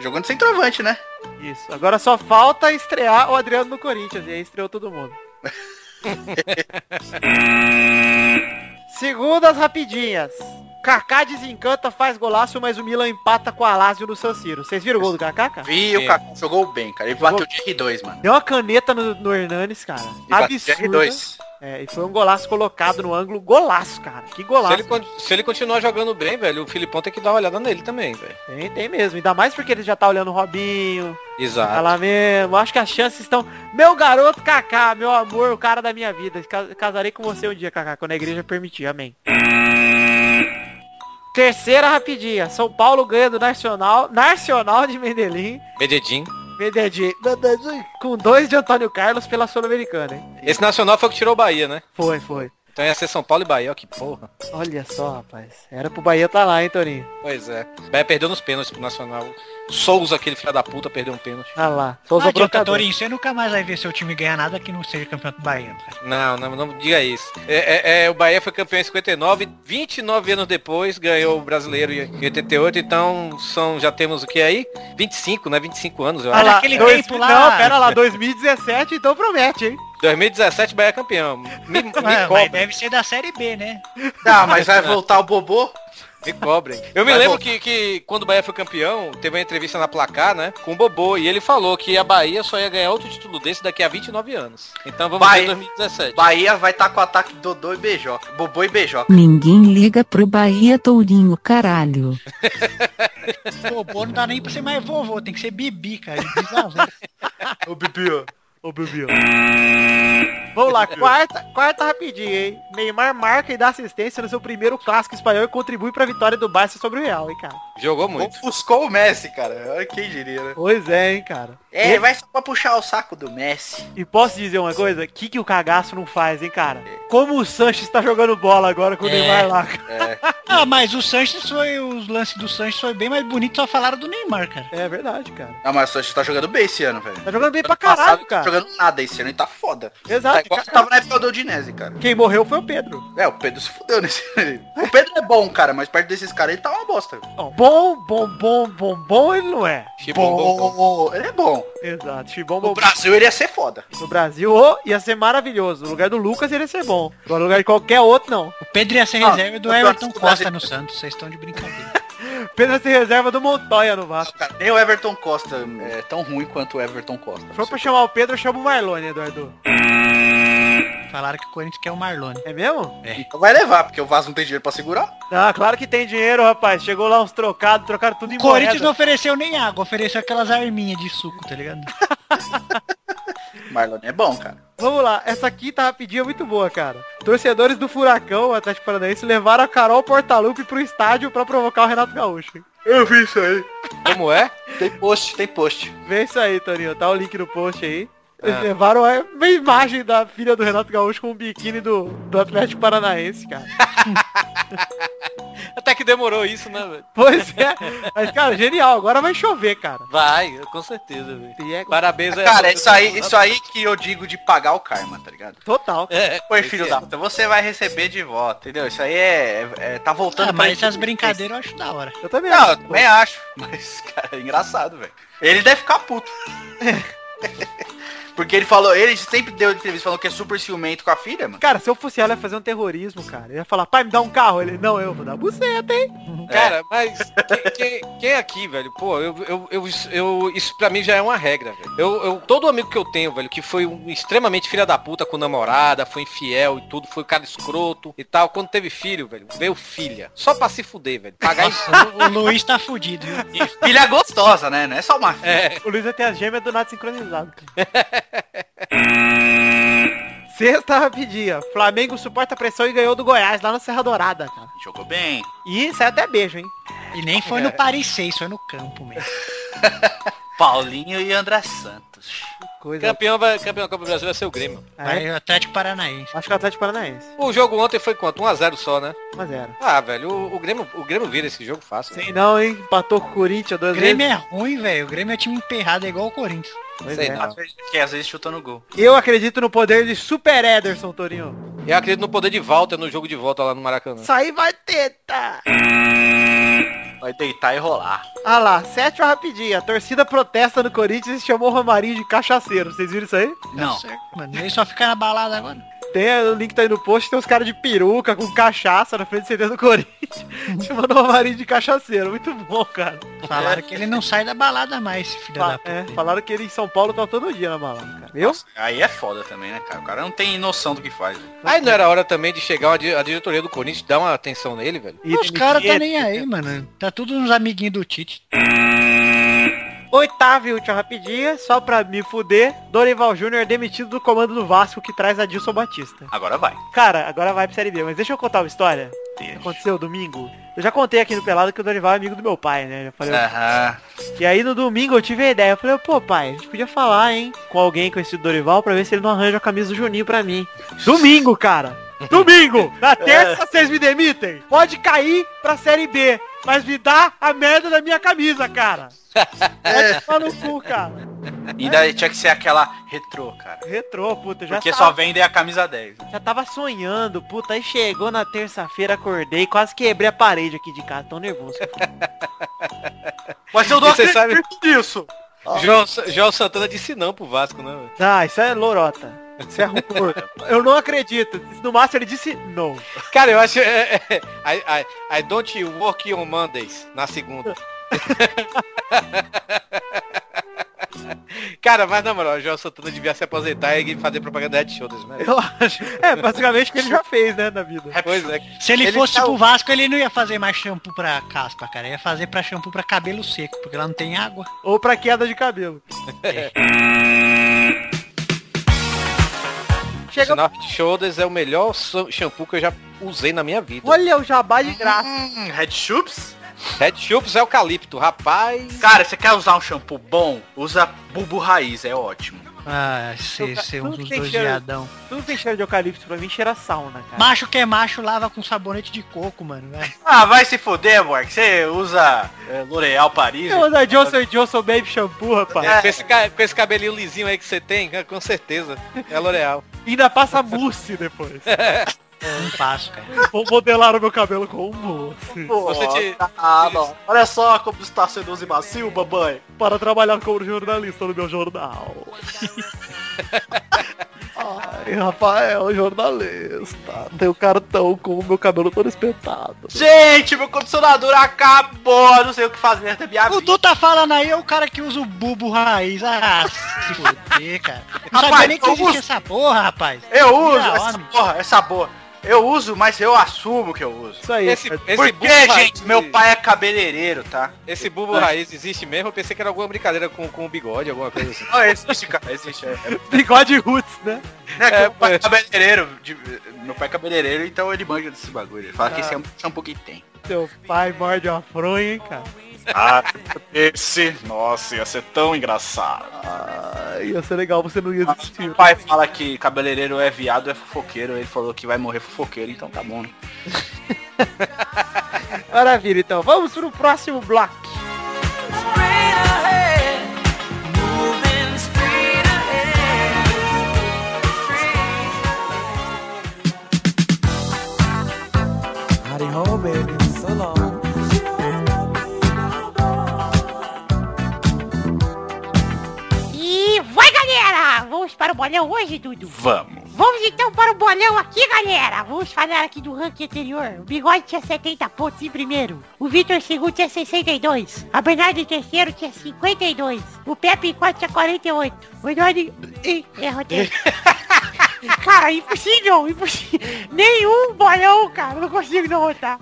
C: jogando centroavante, né?
F: Isso. Agora só falta estrear o Adriano no Corinthians. E aí estreou todo mundo. Segundas rapidinhas. Kaká desencanta, faz golaço, mas o Milan empata com a Lazio no San Siro. Vocês viram o gol do Kaká, cara?
C: Vi, o
G: Sim.
C: Kaká jogou bem, cara. Ele bateu de R2, mano.
F: Deu uma caneta no, no Hernanes, cara.
C: Ele bateu de
F: Absurdo.
C: R2.
F: É, e foi um golaço colocado no ângulo. Golaço, cara.
G: Se
F: Que golaço.
G: ele, con- se ele continuar jogando bem, velho, o Filipão tem que dar uma olhada nele também, velho.
F: Tem, tem mesmo. Ainda mais porque ele já tá olhando o Robinho. Tá
G: Exato.
F: lá mesmo. Acho que as chances estão... Meu garoto Kaká, meu amor, o cara da minha vida. Ca- Casarei com você um dia, Kaká, quando a igreja permitir. Amém. Terceira rapidinha. São Paulo ganha do Nacional. Nacional de Medellín.
G: Medellín.
F: Medellín. Com dois de Antônio Carlos pela Sul-Americana, hein?
G: Esse nacional foi o que tirou o Bahia, né?
F: Foi, foi.
G: Então ia ser São Paulo e Bahia, ó, que porra.
F: Olha só, rapaz. Era pro Bahia tá lá, hein, Toninho?
G: Pois é. Bahia perdeu nos pênaltis pro Nacional. Souza, aquele filho da puta, perdeu um pênalti.
F: Ah lá. Souza
E: Não adianta,
F: Brocador.
E: Torinho, você nunca mais vai ver seu time ganhar nada que não seja campeonato baiano, cara.
G: Não, não, não diga isso. É, é, é, o Bahia foi campeão em 59, 29 anos depois ganhou o brasileiro em 88, então são, já temos o que aí? 25, né? 25 anos, eu
F: Ah
G: acho.
F: lá,
E: Naquele
F: dois,
E: tempo lá-
F: Não, pera lá, 2017, então promete, hein?
G: 2017, Bahia é campeão.
C: <laughs>
G: Me, me
E: Ah,
C: é,
E: Mas, mas
G: cobrem,
E: deve ser da Série B, né?
C: Tá, mas vai voltar o Bobô?
G: me cobrem. Eu me
C: Mas
G: lembro
C: bom.
G: que, que quando o Bahia foi campeão, teve uma entrevista na Placar, né? Com o Bobô, e ele falou que a Bahia só ia ganhar outro título desse daqui a 29 anos. Então vamos
C: Bahia.
G: ver 2017.
C: Bahia vai estar com o ataque Dodô e Beijoca. Bobô e Beijoca.
D: Ninguém liga pro Bahia Tourinho, caralho.
E: "Ah, Vovô não dá nem pra ser mais vovô, tem que ser bibi, cara. de bisavô.
C: Ô, Bibi, ó.
F: ô Bilbio. Vamos lá, quarta, quarta rapidinho, hein? Neymar marca e dá assistência no seu primeiro clássico espanhol e contribui pra vitória do Barça sobre o Real, hein, cara?
M: Jogou muito.
N: Ofuscou o Messi, cara. Olha Quem diria, né?
F: Pois é, hein, cara?
C: É, ele vai só pra puxar o saco do Messi.
F: E posso dizer uma coisa? O que, que o cagaço não faz, hein, cara? Como o Sanches tá jogando bola agora com o
C: É.
F: Neymar lá, cara.
E: Ah, mas o Sanches foi. Os lances do Sanches foi bem mais bonito, só falaram do Neymar, cara.
F: É verdade, cara.
C: Ah, mas o Sanches tá jogando bem esse ano, velho.
F: Tá jogando bem pra
C: Ano passado
F: caralho,
C: não tá
F: cara.
C: jogando nada esse ano, ele tá foda. Tá
F: Exato.
C: igual
F: Ca-
C: tava na época do Odinese, cara.
F: Quem morreu foi o Pedro.
C: É, o Pedro se fudeu nesse <laughs> O Pedro é bom, cara, mas perto desses caras ele tá uma bosta.
F: Bom, bom, bom, bom, bom, bom ele não é.
M: Chibom, bom, bom.
C: Ele é bom.
F: Exato. Chibom,
C: O
F: bom,
C: Brasil ele ia ser foda.
F: no Brasil, ô, ia ser maravilhoso. No lugar do Lucas ia ser bom. Agora, no lugar de qualquer outro, não.
E: O Pedro ia ser
C: Ah,
E: reserva do
C: o
E: Everton
C: Atlético
E: Costa
C: Brasileiro.
E: no Santos, vocês estão de brincadeira.
F: Pedro se reserva do Montoya no Vasco.
C: Cara, nem o Everton Costa é tão ruim quanto o Everton Costa.
F: Se for pra chamar o Pedro, eu chamo o Marlone, Eduardo.
E: Falaram que o Corinthians quer o Marlone.
F: É mesmo?
C: Então vai levar, porque o Vasco não tem dinheiro pra segurar.
F: Ah, claro que tem dinheiro, rapaz. Chegou lá uns trocados, trocaram tudo em
E: O Corinthians não
F: moeda.
E: ofereceu nem água, ofereceu aquelas arminhas de suco, tá ligado?
C: Marlon é bom, cara.
F: Vamos lá, essa aqui tá rapidinha, muito boa, cara. Torcedores do Furacão, o Atlético Paranaense, levaram a Carol Portalupe pro estádio pra provocar o Renato Gaúcho. hein?
C: Eu vi isso aí.
M: Como é?
C: Tem post, tem post.
F: Vê isso aí, Toninho. Tá o link no post aí. Eles levaram a uma imagem da filha do Renato Gaúcho com o biquíni do, do Atlético Paranaense, <laughs> cara.
G: Até que demorou isso, né, velho?
F: Pois é. Mas, cara, genial. Agora vai chover, cara.
G: Vai, com certeza, velho.
F: E é
G: Parabéns Ah, aí.
C: Cara, isso aí, isso aí que eu digo de pagar o karma, tá ligado?
F: total.
C: Foi filho da puta, você vai receber de volta, entendeu? Isso aí é. é- tá voltando
E: Ah, mas
C: isso
E: essas brincadeiras eu acho da hora.
F: Eu também
C: Não,
F: acho.
C: eu também acho. <laughs> Mas, cara, é engraçado, velho. Ele deve ficar puto. <laughs> Porque ele falou, ele sempre deu entrevista falando que é super ciumento com a filha, mano.
F: Cara, se eu fosse ela, eu ia fazer um terrorismo, cara. Eu ia falar, pai, me dá um carro. Ele, não, eu vou dar buceta, hein?
G: Cara, mas quem, quem- quem aqui, velho? Pô, eu, eu, eu, eu- isso pra mim já é uma regra, velho. Eu, eu- todo amigo que eu tenho, velho, que foi um extremamente filha da puta com namorada, foi infiel e tudo, foi um cara escroto e tal. Quando teve filho, velho, veio filha. Só pra se fuder, velho. Pagar isso.
E: Nossa, o- o Luiz tá fudido, viu?
C: E <laughs> filha gostosa, né? Não é só uma filha.
F: O Luiz vai ter as gêmeas do nada <laughs> sincronizado. cara. Sexta rapidinha. Flamengo suporta a pressão e ganhou do Goiás lá na Serra Dourada, cara.
C: Jogou bem.
F: E sai é até beijo, hein?
E: E nem foi no Paris 6, foi no campo mesmo.
C: Paulinho e André Santos.
G: <laughs>
F: Coisa.
G: Campeão, vai, campeão da Copa do Brasil vai ser o Grêmio.
F: É,
E: Mas o Atlético Paranaense.
F: acho que é o Atlético Paranaense.
G: O jogo ontem foi quanto? 1x0 só, né?
F: Mas era.
G: Ah, velho, o, o Grêmio, o Grêmio vira esse jogo fácil.
F: Sei não, hein? Empatou com o Corinthians
E: O
F: duas
E: Grêmio é ruim, velho. O Grêmio é time emperrado, é igual o Corinthians.
F: vezes. Pois
G: sei
F: é.
G: não.
C: Que às vezes chuta no gol.
F: Eu acredito no poder de Super Ederson, Torinho.
G: Eu acredito no poder de volta, no jogo de volta lá no Maracanã.
F: Isso aí vai
E: tá?
F: tentar.
C: Vai deitar e rolar.
F: Ah lá, sétima rapidinha. A torcida protesta no Corinthians e chamou o Romarinho de cachaceiro. Vocês viram isso aí?
C: Não.
E: Tá Certo, mano. Ele só fica na balada agora.
F: Tem o link tá aí no post, tem os caras de peruca com cachaça na frente do CD do Corinthians. <laughs> Chamando o Romarinho de cachaceiro. Muito bom, cara.
E: Falaram que ele não sai da balada mais, esse filho da
F: Fa-
E: puta.
F: é, falaram que ele em São Paulo tá todo dia na malandra, cara. Viu?
C: Aí é foda também, né, cara? O cara não tem noção do que faz. velho.
G: Aí não era hora também de chegar a di- a diretoria do Corinthians e dar uma atenção nele, velho?
F: E
E: Os caras tá nem aí, mano. Tá tudo nos amiguinhos do Tite.
F: Oitava e última rapidinha, só pra me fuder, Dorival Júnior demitido do comando do Vasco que traz Adilson Batista.
C: Agora vai.
F: Cara, agora vai pra Série B, mas deixa eu contar uma história. que
C: Deixa.
F: Aconteceu domingo. Eu já contei aqui no Pelado que o Dorival é amigo do meu pai, né? Eu falei,
C: É. Aham.
F: E aí no domingo eu tive a ideia, eu falei, pô pai, a gente podia falar, hein, com alguém conhecido do Dorival pra ver se ele não arranja a camisa do Juninho pra mim. Domingo, cara! Domingo! Na terça vocês me demitem! Pode cair pra Série B, mas me dá a merda da minha camisa, cara! Pode tomar no cu, cara!
C: Ainda tinha que ser aquela retrô, cara.
F: Retrô, puta, eu já
C: Porque só
F: tava,
C: vendem a camisa 10.
F: já tava sonhando, puta, aí chegou na terça-feira, acordei, quase quebrei a parede aqui de casa, tão nervoso.
C: Mas eu
G: E você sabe,
C: disso.
G: João, Sa- João Santana disse não pro Vasco, né, velho?
F: Ah, isso é lorota. Isso é rumor. <laughs> Eu não acredito. No máximo ele disse não.
G: Cara, eu acho. é, é, I, I- I don't work on Mondays na segunda. <laughs> Cara, mas na moral, o João Santana devia se aposentar e fazer propaganda de shoulders, né?
F: Eu acho. É, basicamente o que ele já fez, né, na vida.
G: Pois é.
E: Se ele,
G: Ele
E: fosse
G: tá-
E: pro Vasco, ele não ia fazer mais shampoo pra caspa, cara. Ia fazer pra shampoo pra
C: <laughs>
E: cabelo seco, porque lá não tem água.
F: Ou pra queda de cabelo.
G: Chega... Sinal Shoulders é o melhor sam- shampoo que eu já usei na minha vida.
F: Olha o jabá de graça.
C: Hum, Red Chups?
G: Red Chups é eucalipto, rapaz.
C: Cara, você quer usar um shampoo bom? Usa Bulbo Raiz, é ótimo.
E: Ah, ser ser um
F: Tudo
E: dos
F: tem
E: dois
F: cheiro.
E: viadão.
F: Tudo tem cheiro de eucalipto pra mim, cheira sauna, cara.
E: Macho que é macho lava com sabonete de coco, mano. né?
C: Ah, vai se fuder, Mark. Você usa é, L'Oreal Paris.
F: Eu uso a Johnson Johnson Baby Shampoo, rapaz.
G: É, com, esse, ca- com esse cabelinho lisinho aí que você tem, com certeza. É L'Oreal.
F: E ainda passa mousse depois.
E: Não é um passo, cara.
F: Vou modelar o meu cabelo com um mousse.
G: Você te-
C: tá
N: Ah, não. Olha só como está seduzindo e macio, babai.
F: Para trabalhar como jornalista no meu jornal.
B: Ai, Rafael, jornalista. Tem o cartão com o meu cabelo todo espetado.
N: Gente, meu condicionador acabou. Eu Não sei o que fazer nessa minha vida.
E: O Du tá falando aí é o cara que usa o bubo raiz. Ah, se fuder, cara. Não sabia
N: Rapaz,
E: nem que
N: eu
E: existia
N: uso.
E: essa porra, rapaz.
N: Eu uso
E: Da hora,
N: essa
E: bicho.
N: porra, essa boa. Eu uso, mas eu assumo que eu uso.
F: Isso aí.
G: Esse, esse
C: Por
G: bulbo
C: quê,
G: raiz-
C: gente? Meu pai é cabeleireiro, tá?
G: Esse bulbo raiz existe mesmo? Eu pensei que era alguma brincadeira com, com o bigode, alguma coisa assim.
C: <laughs> Não, existe, cara. Existe. É,
F: Bigode roots, né?
C: é, que
G: É,
C: meu pai é
G: mas-
C: cabeleireiro. de- meu pai é cabeleireiro, então ele manja desse bagulho. Ele fala
N: Tá.
C: que esse é um shampoo que tem.
F: Seu pai morde uma fronha, hein, cara.
N: Ah, esse, nossa, ia ser tão engraçado.
B: Ah, ia ser legal, você não ia desistir.
C: Meu pai fala que cabeleireiro é viado, é fofoqueiro. Ele falou que vai morrer fofoqueiro, então tá bom. né?
F: Maravilha, então. Vamos pro próximo bloco.
I: E vai, galera! Vamos para o bolão hoje, Dudu?
C: Vamos.
I: Vamos então para o bolão aqui, galera! Vamos falar aqui do ranking anterior. O Bigode tinha 70 pontos em primeiro. O Vitor em segundo tinha 62. A Bernardo em terceiro tinha 52. O Pepe em quarto tinha 48. O Eduardo... em- Ih,
F: <laughs>
I: errotei. Cara, impossível, impossível. Nenhum bolão, cara. Não consigo não votar.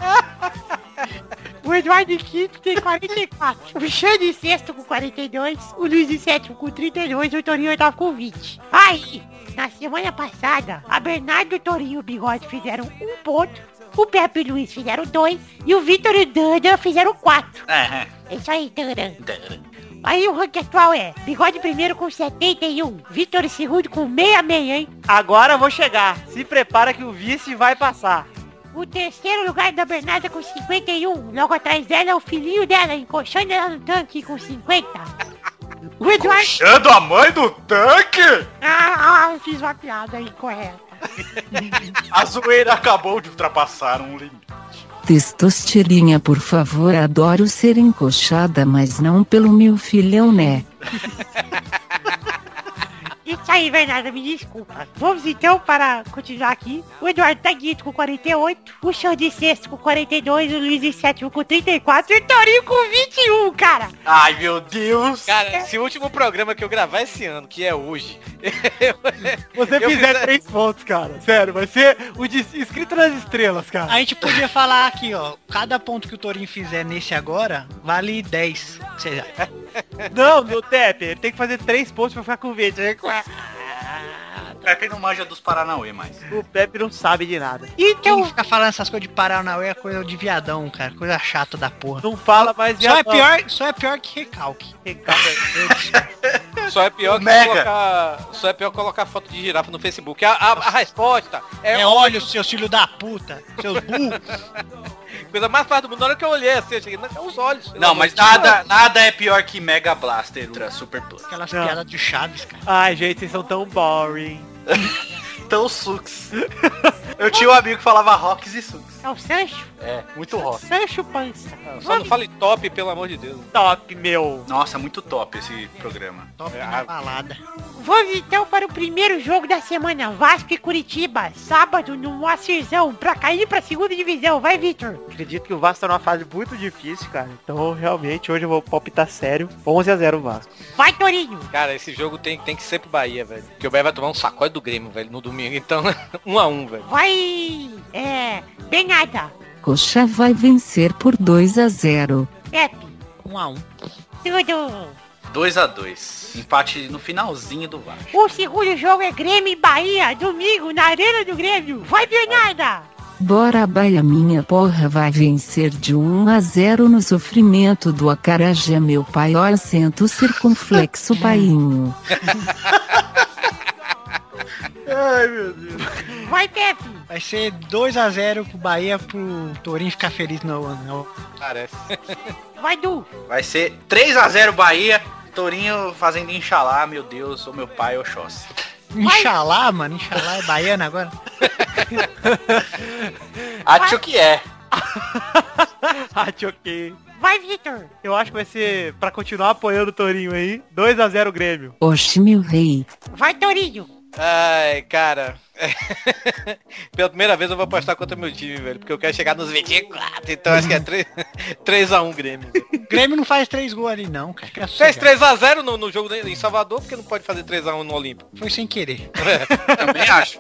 I: O Eduardo em quinto tem 44. O Xande em sexto com 42. O Luiz em sétimo com 32. E o Torinho em oitavo com 20. Aí, na semana passada, a Bernardo, o Torinho e o Bigode fizeram um ponto. O Pepe e o Luiz fizeram dois. E o Vitor e o Dana fizeram quatro.
C: Aham.
I: É isso aí, Dana. Aí o ranking atual é Bigode primeiro com 71. Vitor em segundo com 66, hein?
F: Agora eu vou chegar. Se prepara que o vice vai passar.
I: O terceiro lugar da Bernarda com 51. Logo atrás dela é o filhinho dela, encoxando ela no tanque com 50. O Eduardo...
N: Puxando a mãe do tanque?
I: Ah, ah, eu fiz uma piada incorreta.
N: A zoeira acabou de ultrapassar um limite.
D: Testosterinha, por favor, adoro ser encoxada, mas não pelo meu filhão, né?
I: Isso aí, Bernarda, me desculpa. Vamos então para continuar aqui. O Eduardo tá em quinto com 48. O Xande em sexto com 42. O Luiz em sétimo com 34. E o Torinho com 21, cara.
N: Ai, meu Deus.
G: Cara, se o último programa que eu gravar esse ano, que é hoje, <laughs>
F: Você
G: Eu
F: fizer
G: fizer-
F: três pontos, cara. Sério, vai ser o de escrito nas estrelas, cara.
E: A gente podia falar aqui, ó. Cada ponto que o Torinho fizer nesse agora vale 10. Ou seja,
F: Não, no Tepe, ele tem que fazer três pontos pra ficar com né? 20.
C: O Pepe É não manja dos Paranauê mais.
F: O Pepe não sabe de nada.
E: quem
I: Então,
E: fica falando essas coisas de Paranauê é coisa de viadão, cara. Coisa chata da porra.
F: Não fala mais
E: Só é
F: viadão.
E: pior, só é pior que recalque.
G: só é pior
C: O
G: que
C: Mega.
G: colocar. Só é pior colocar foto de girafa no Facebook. A, a- a resposta é,
E: É óleo, seus filhos da puta. Seus
F: <laughs>
E: burros.
G: a coisa mais fácil do mundo. Na hora que eu olhei assim, eu cheguei, não, <laughs> é os olhos. pelo
C: Não,
G: amor
C: mas
G: de Deus.
C: nada, nada é pior que Mega Blaster Ultra Super Plus.
E: Aquelas
F: Não.
E: piadas de Chaves, cara.
F: Ai, gente, vocês são tão boring.
N: Tão sucks.
C: <laughs>
N: Eu tinha um amigo que falava rocks e sucks.
I: é o Sancho.
N: É, muito rock.
I: Sancho Pança.
G: Só não fale top, pelo amor de Deus.
F: Top, meu.
C: Nossa, muito top esse programa.
E: Top
F: Ah.
E: na balada.
I: Vamos então para o primeiro jogo da semana, Vasco e Curitiba, sábado no Moacirzão, pra cair pra segunda divisão, vai Vitor.
F: Acredito que o Vasco tá numa fase muito difícil, cara. Então, realmente, hoje eu vou palpitar sério. 11 a 0
G: <laughs>
F: o Vasco.
I: Vai Torinho.
G: Cara, esse jogo tem, tem que ser pro Bahia, velho. Porque o Bahia vai tomar um sacode do Grêmio, velho, no domingo. Então, <laughs> um a um, velho.
I: Vai, é, Benhada,
D: Coxa vai vencer por 2 a 0.
I: Pepe,
E: Um a um.
I: Dudu,
C: 2 a 2 Empate no finalzinho do VAR.
I: O segundo jogo é Grêmio e Bahia, domingo, na Arena do Grêmio. Vai, Bernarda!
D: Bora Bahia minha porra vai vencer de 1 a 0 no sofrimento do acarajé meu pai ó acento circunflexo painho.
E: Ai, meu Deus. Vai, Pepe! Vai ser 2x0 pro Bahia, pro Torinho ficar feliz no ano. né?
C: Parece.
I: <laughs> Vai, Du!
C: Vai ser 3 a 0 Bahia. Torinho fazendo inxalá, meu Deus, ou meu pai, Oxóssi.
E: Inxalá, mano. Inxalá é baiana agora.
C: Acho que é.
G: Ah,
F: Acho ok.
I: Vai, Vitor!
F: Eu acho que vai ser, pra continuar apoiando o Torinho aí, 2x0 Grêmio.
D: Oxe meu rei.
I: Vai, Torinho!
G: Ai, cara. <laughs> Pela primeira vez eu vou apostar contra meu time, velho. Porque eu quero chegar nos 24. Então acho que é <laughs> 3, 3x1 Grêmio.
E: O Grêmio não faz três gols ali, não, cara. Fica
G: Fez
E: sossegado.
G: 3x0 no, no jogo em Salvador, porque não pode fazer 3x1 no Olímpico.
E: Foi sem querer.
G: Também acho.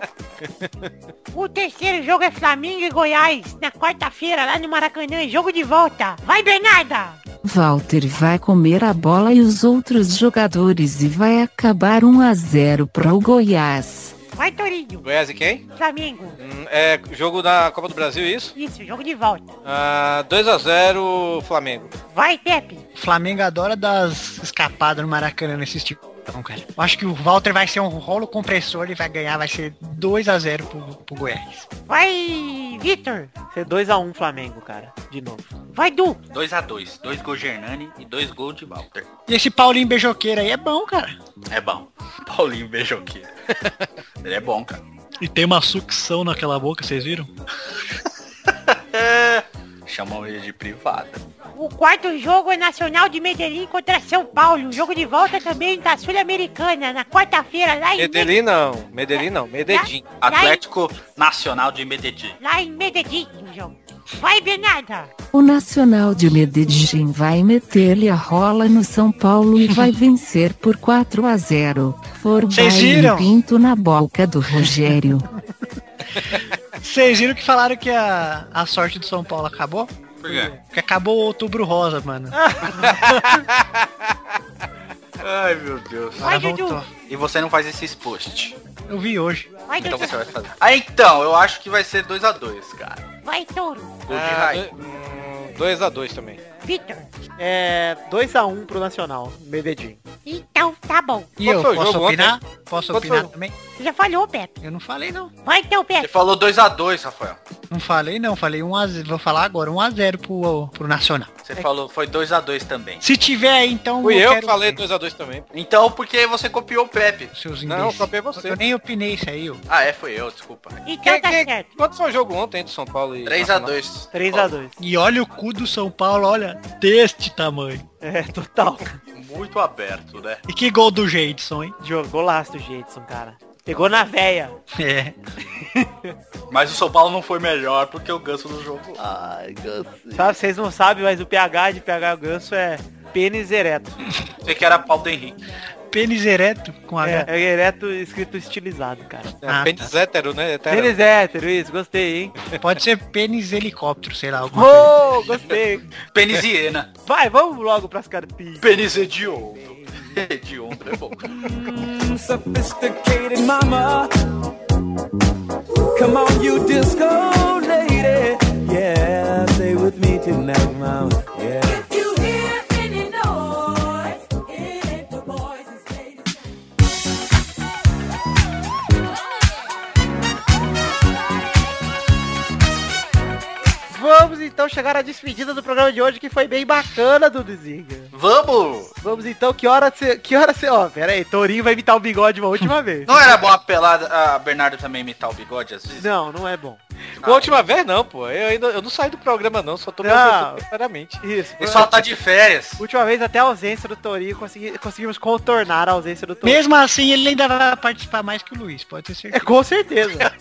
I: O terceiro jogo é Flamengo e Goiás, na quarta-feira, lá no Maracanã, jogo de volta. Vai, Bernarda!
D: Walter vai comer a bola e os outros jogadores e vai acabar 1 a 0 para o Goiás.
I: Vai, Torinho!
G: Goiás e quem?
I: Flamengo!
G: Hum, É jogo da Copa do Brasil, isso?
I: Isso, jogo de volta.
G: Ah, 2x0 Flamengo.
I: Vai, Pepe!
E: O Flamengo adora das escapadas no Maracanã nesses tipo. Então, cara, eu acho que o Walter vai ser um rolo compressor, ele vai ganhar, vai ser 2x0 pro, pro Goiás.
I: Vai, Vitor!
F: Ser 2x1 Flamengo, cara. De novo.
I: Vai, Du!
C: 2 a 2 <laughs> Dois gols de Hernani e dois gols de Walter.
E: E esse Paulinho Beijoqueiro aí é bom, cara.
C: É bom. Paulinho <laughs> Beijoqueiro. Ele é bom, cara.
O: E tem uma sucção naquela boca, vocês viram?
C: Chamam ele de privada.
I: O quarto jogo é Nacional de Medellín contra São Paulo. Jogo de volta também da Sul-Americana, na quarta-feira, lá em
G: Medellín não. Medellín não. Medellín.
C: Atlético Nacional de Medellín.
I: Lá em Medellín, o jogo. Vai, Bernarda!
D: O Nacional de Medellín vai meter-lhe a rola no São Paulo e
E: <laughs>
D: vai vencer por 4 a 0. For
E: Vocês
D: baile
E: viram?
D: pinto na boca do Rogério.
E: Vocês viram que falaram que a, a sorte do São Paulo acabou?
C: Por quê?
E: Porque acabou o outubro rosa, mano.
C: Ai, meu Deus.
E: Vai, Dudu.
C: E você não faz esses posts.
E: Eu vi hoje.
I: Vai,
C: Então você
I: Dudu!
C: vai fazer. Ah, então, eu acho que vai ser 2 a 2 cara.
I: Vai, Touro!
C: Gol de
G: Ah,
C: Raí.
G: hum, 2x2 também.
I: Vitor!
F: É 2x1 pro Nacional, Medellín.
I: Então, tá bom.
E: E
G: Qual
E: eu,
G: foi o
E: posso
G: jogo
E: opinar? Posso
G: Qual
E: opinar
G: foi o-
E: também?
I: Você já falhou, Pepe.
E: Eu não falei, não.
I: Vai, então,
C: Você
I: Pepe.
C: falou 2 a 2 Rafael.
E: Não falei, não. Falei 1 a 0 Vou falar agora. 1x0 pro, pro Nacional.
C: Você falou, foi 2 a 2 também.
E: Se tiver aí, então...
G: Fui eu que
E: quero
G: falei
E: ver,
G: 2x2 também.
C: Então, porque você copiou o Pepe.
E: Seus
G: Não,
E: não,
G: copiei você.
E: Eu nem opinei isso aí, eu.
C: Ah, é, foi eu, desculpa.
I: Então
G: Quem,
I: tá
G: quem-
I: certo.
G: quanto foi o jogo ontem entre São Paulo e
C: 3 a
G: Nacional?
C: 2
F: 3x2.
O: E olha o cu do São Paulo, olha, deste tamanho.
F: É, total. <laughs>
C: Muito aberto, né?
E: E que gol do Jadson, hein?
F: Jogou laço do Jetson, cara. Pegou na veia.
E: É.
C: Mas o São Paulo não foi melhor porque o Ganso no jogo lá.
B: Ai, Gansinho.
F: Sabe, vocês não sabem, mas o pH de pH Ganso é pênis ereto.
C: Você que era pau do Henrique.
E: Pênis ereto com a...
F: É, é ereto escrito estilizado, cara.
G: É,
E: Ah, tá.
G: pênis hétero, né? Hétero.
F: Pênis hétero, isso, gostei, hein?
E: Pode ser pênis helicóptero, sei lá. Alguma coisa.
F: Oh, gostei.
C: Pênis
F: <laughs>
C: hiena.
F: Vai, vamos logo pras cartinhas.
C: Pênis hediondo. Hediondo é bom.
A: Sophisticated mama. Come on, you disco lady. Yeah, stay with me tonight, mama. Yeah. If you hear any noise, it ain't the boys, it's ladies.
F: Vamos então chegar à despedida do programa de hoje, que foi bem bacana, Duduzinho.
C: Vamos!
F: Vamos então, que hora você... Que hora você... Ó, pera aí, Torinho vai imitar o bigode uma <laughs> última vez.
C: Não era bom a pelada, a Bernardo também imitar o bigode às vezes?
F: Não, não é bom.
G: A última vez não, pô. Eu ainda eu não saí do programa não, só tô me
F: Não.
G: aumentando temporariamente.
F: Isso.
C: Ele só tá de férias.
F: Última vez até a ausência do Torinho, consegui- conseguimos contornar a ausência do Torinho.
E: Mesmo assim, ele ainda vai participar mais que o Luiz, pode ter
F: É <laughs>
E: certeza.
F: com certeza.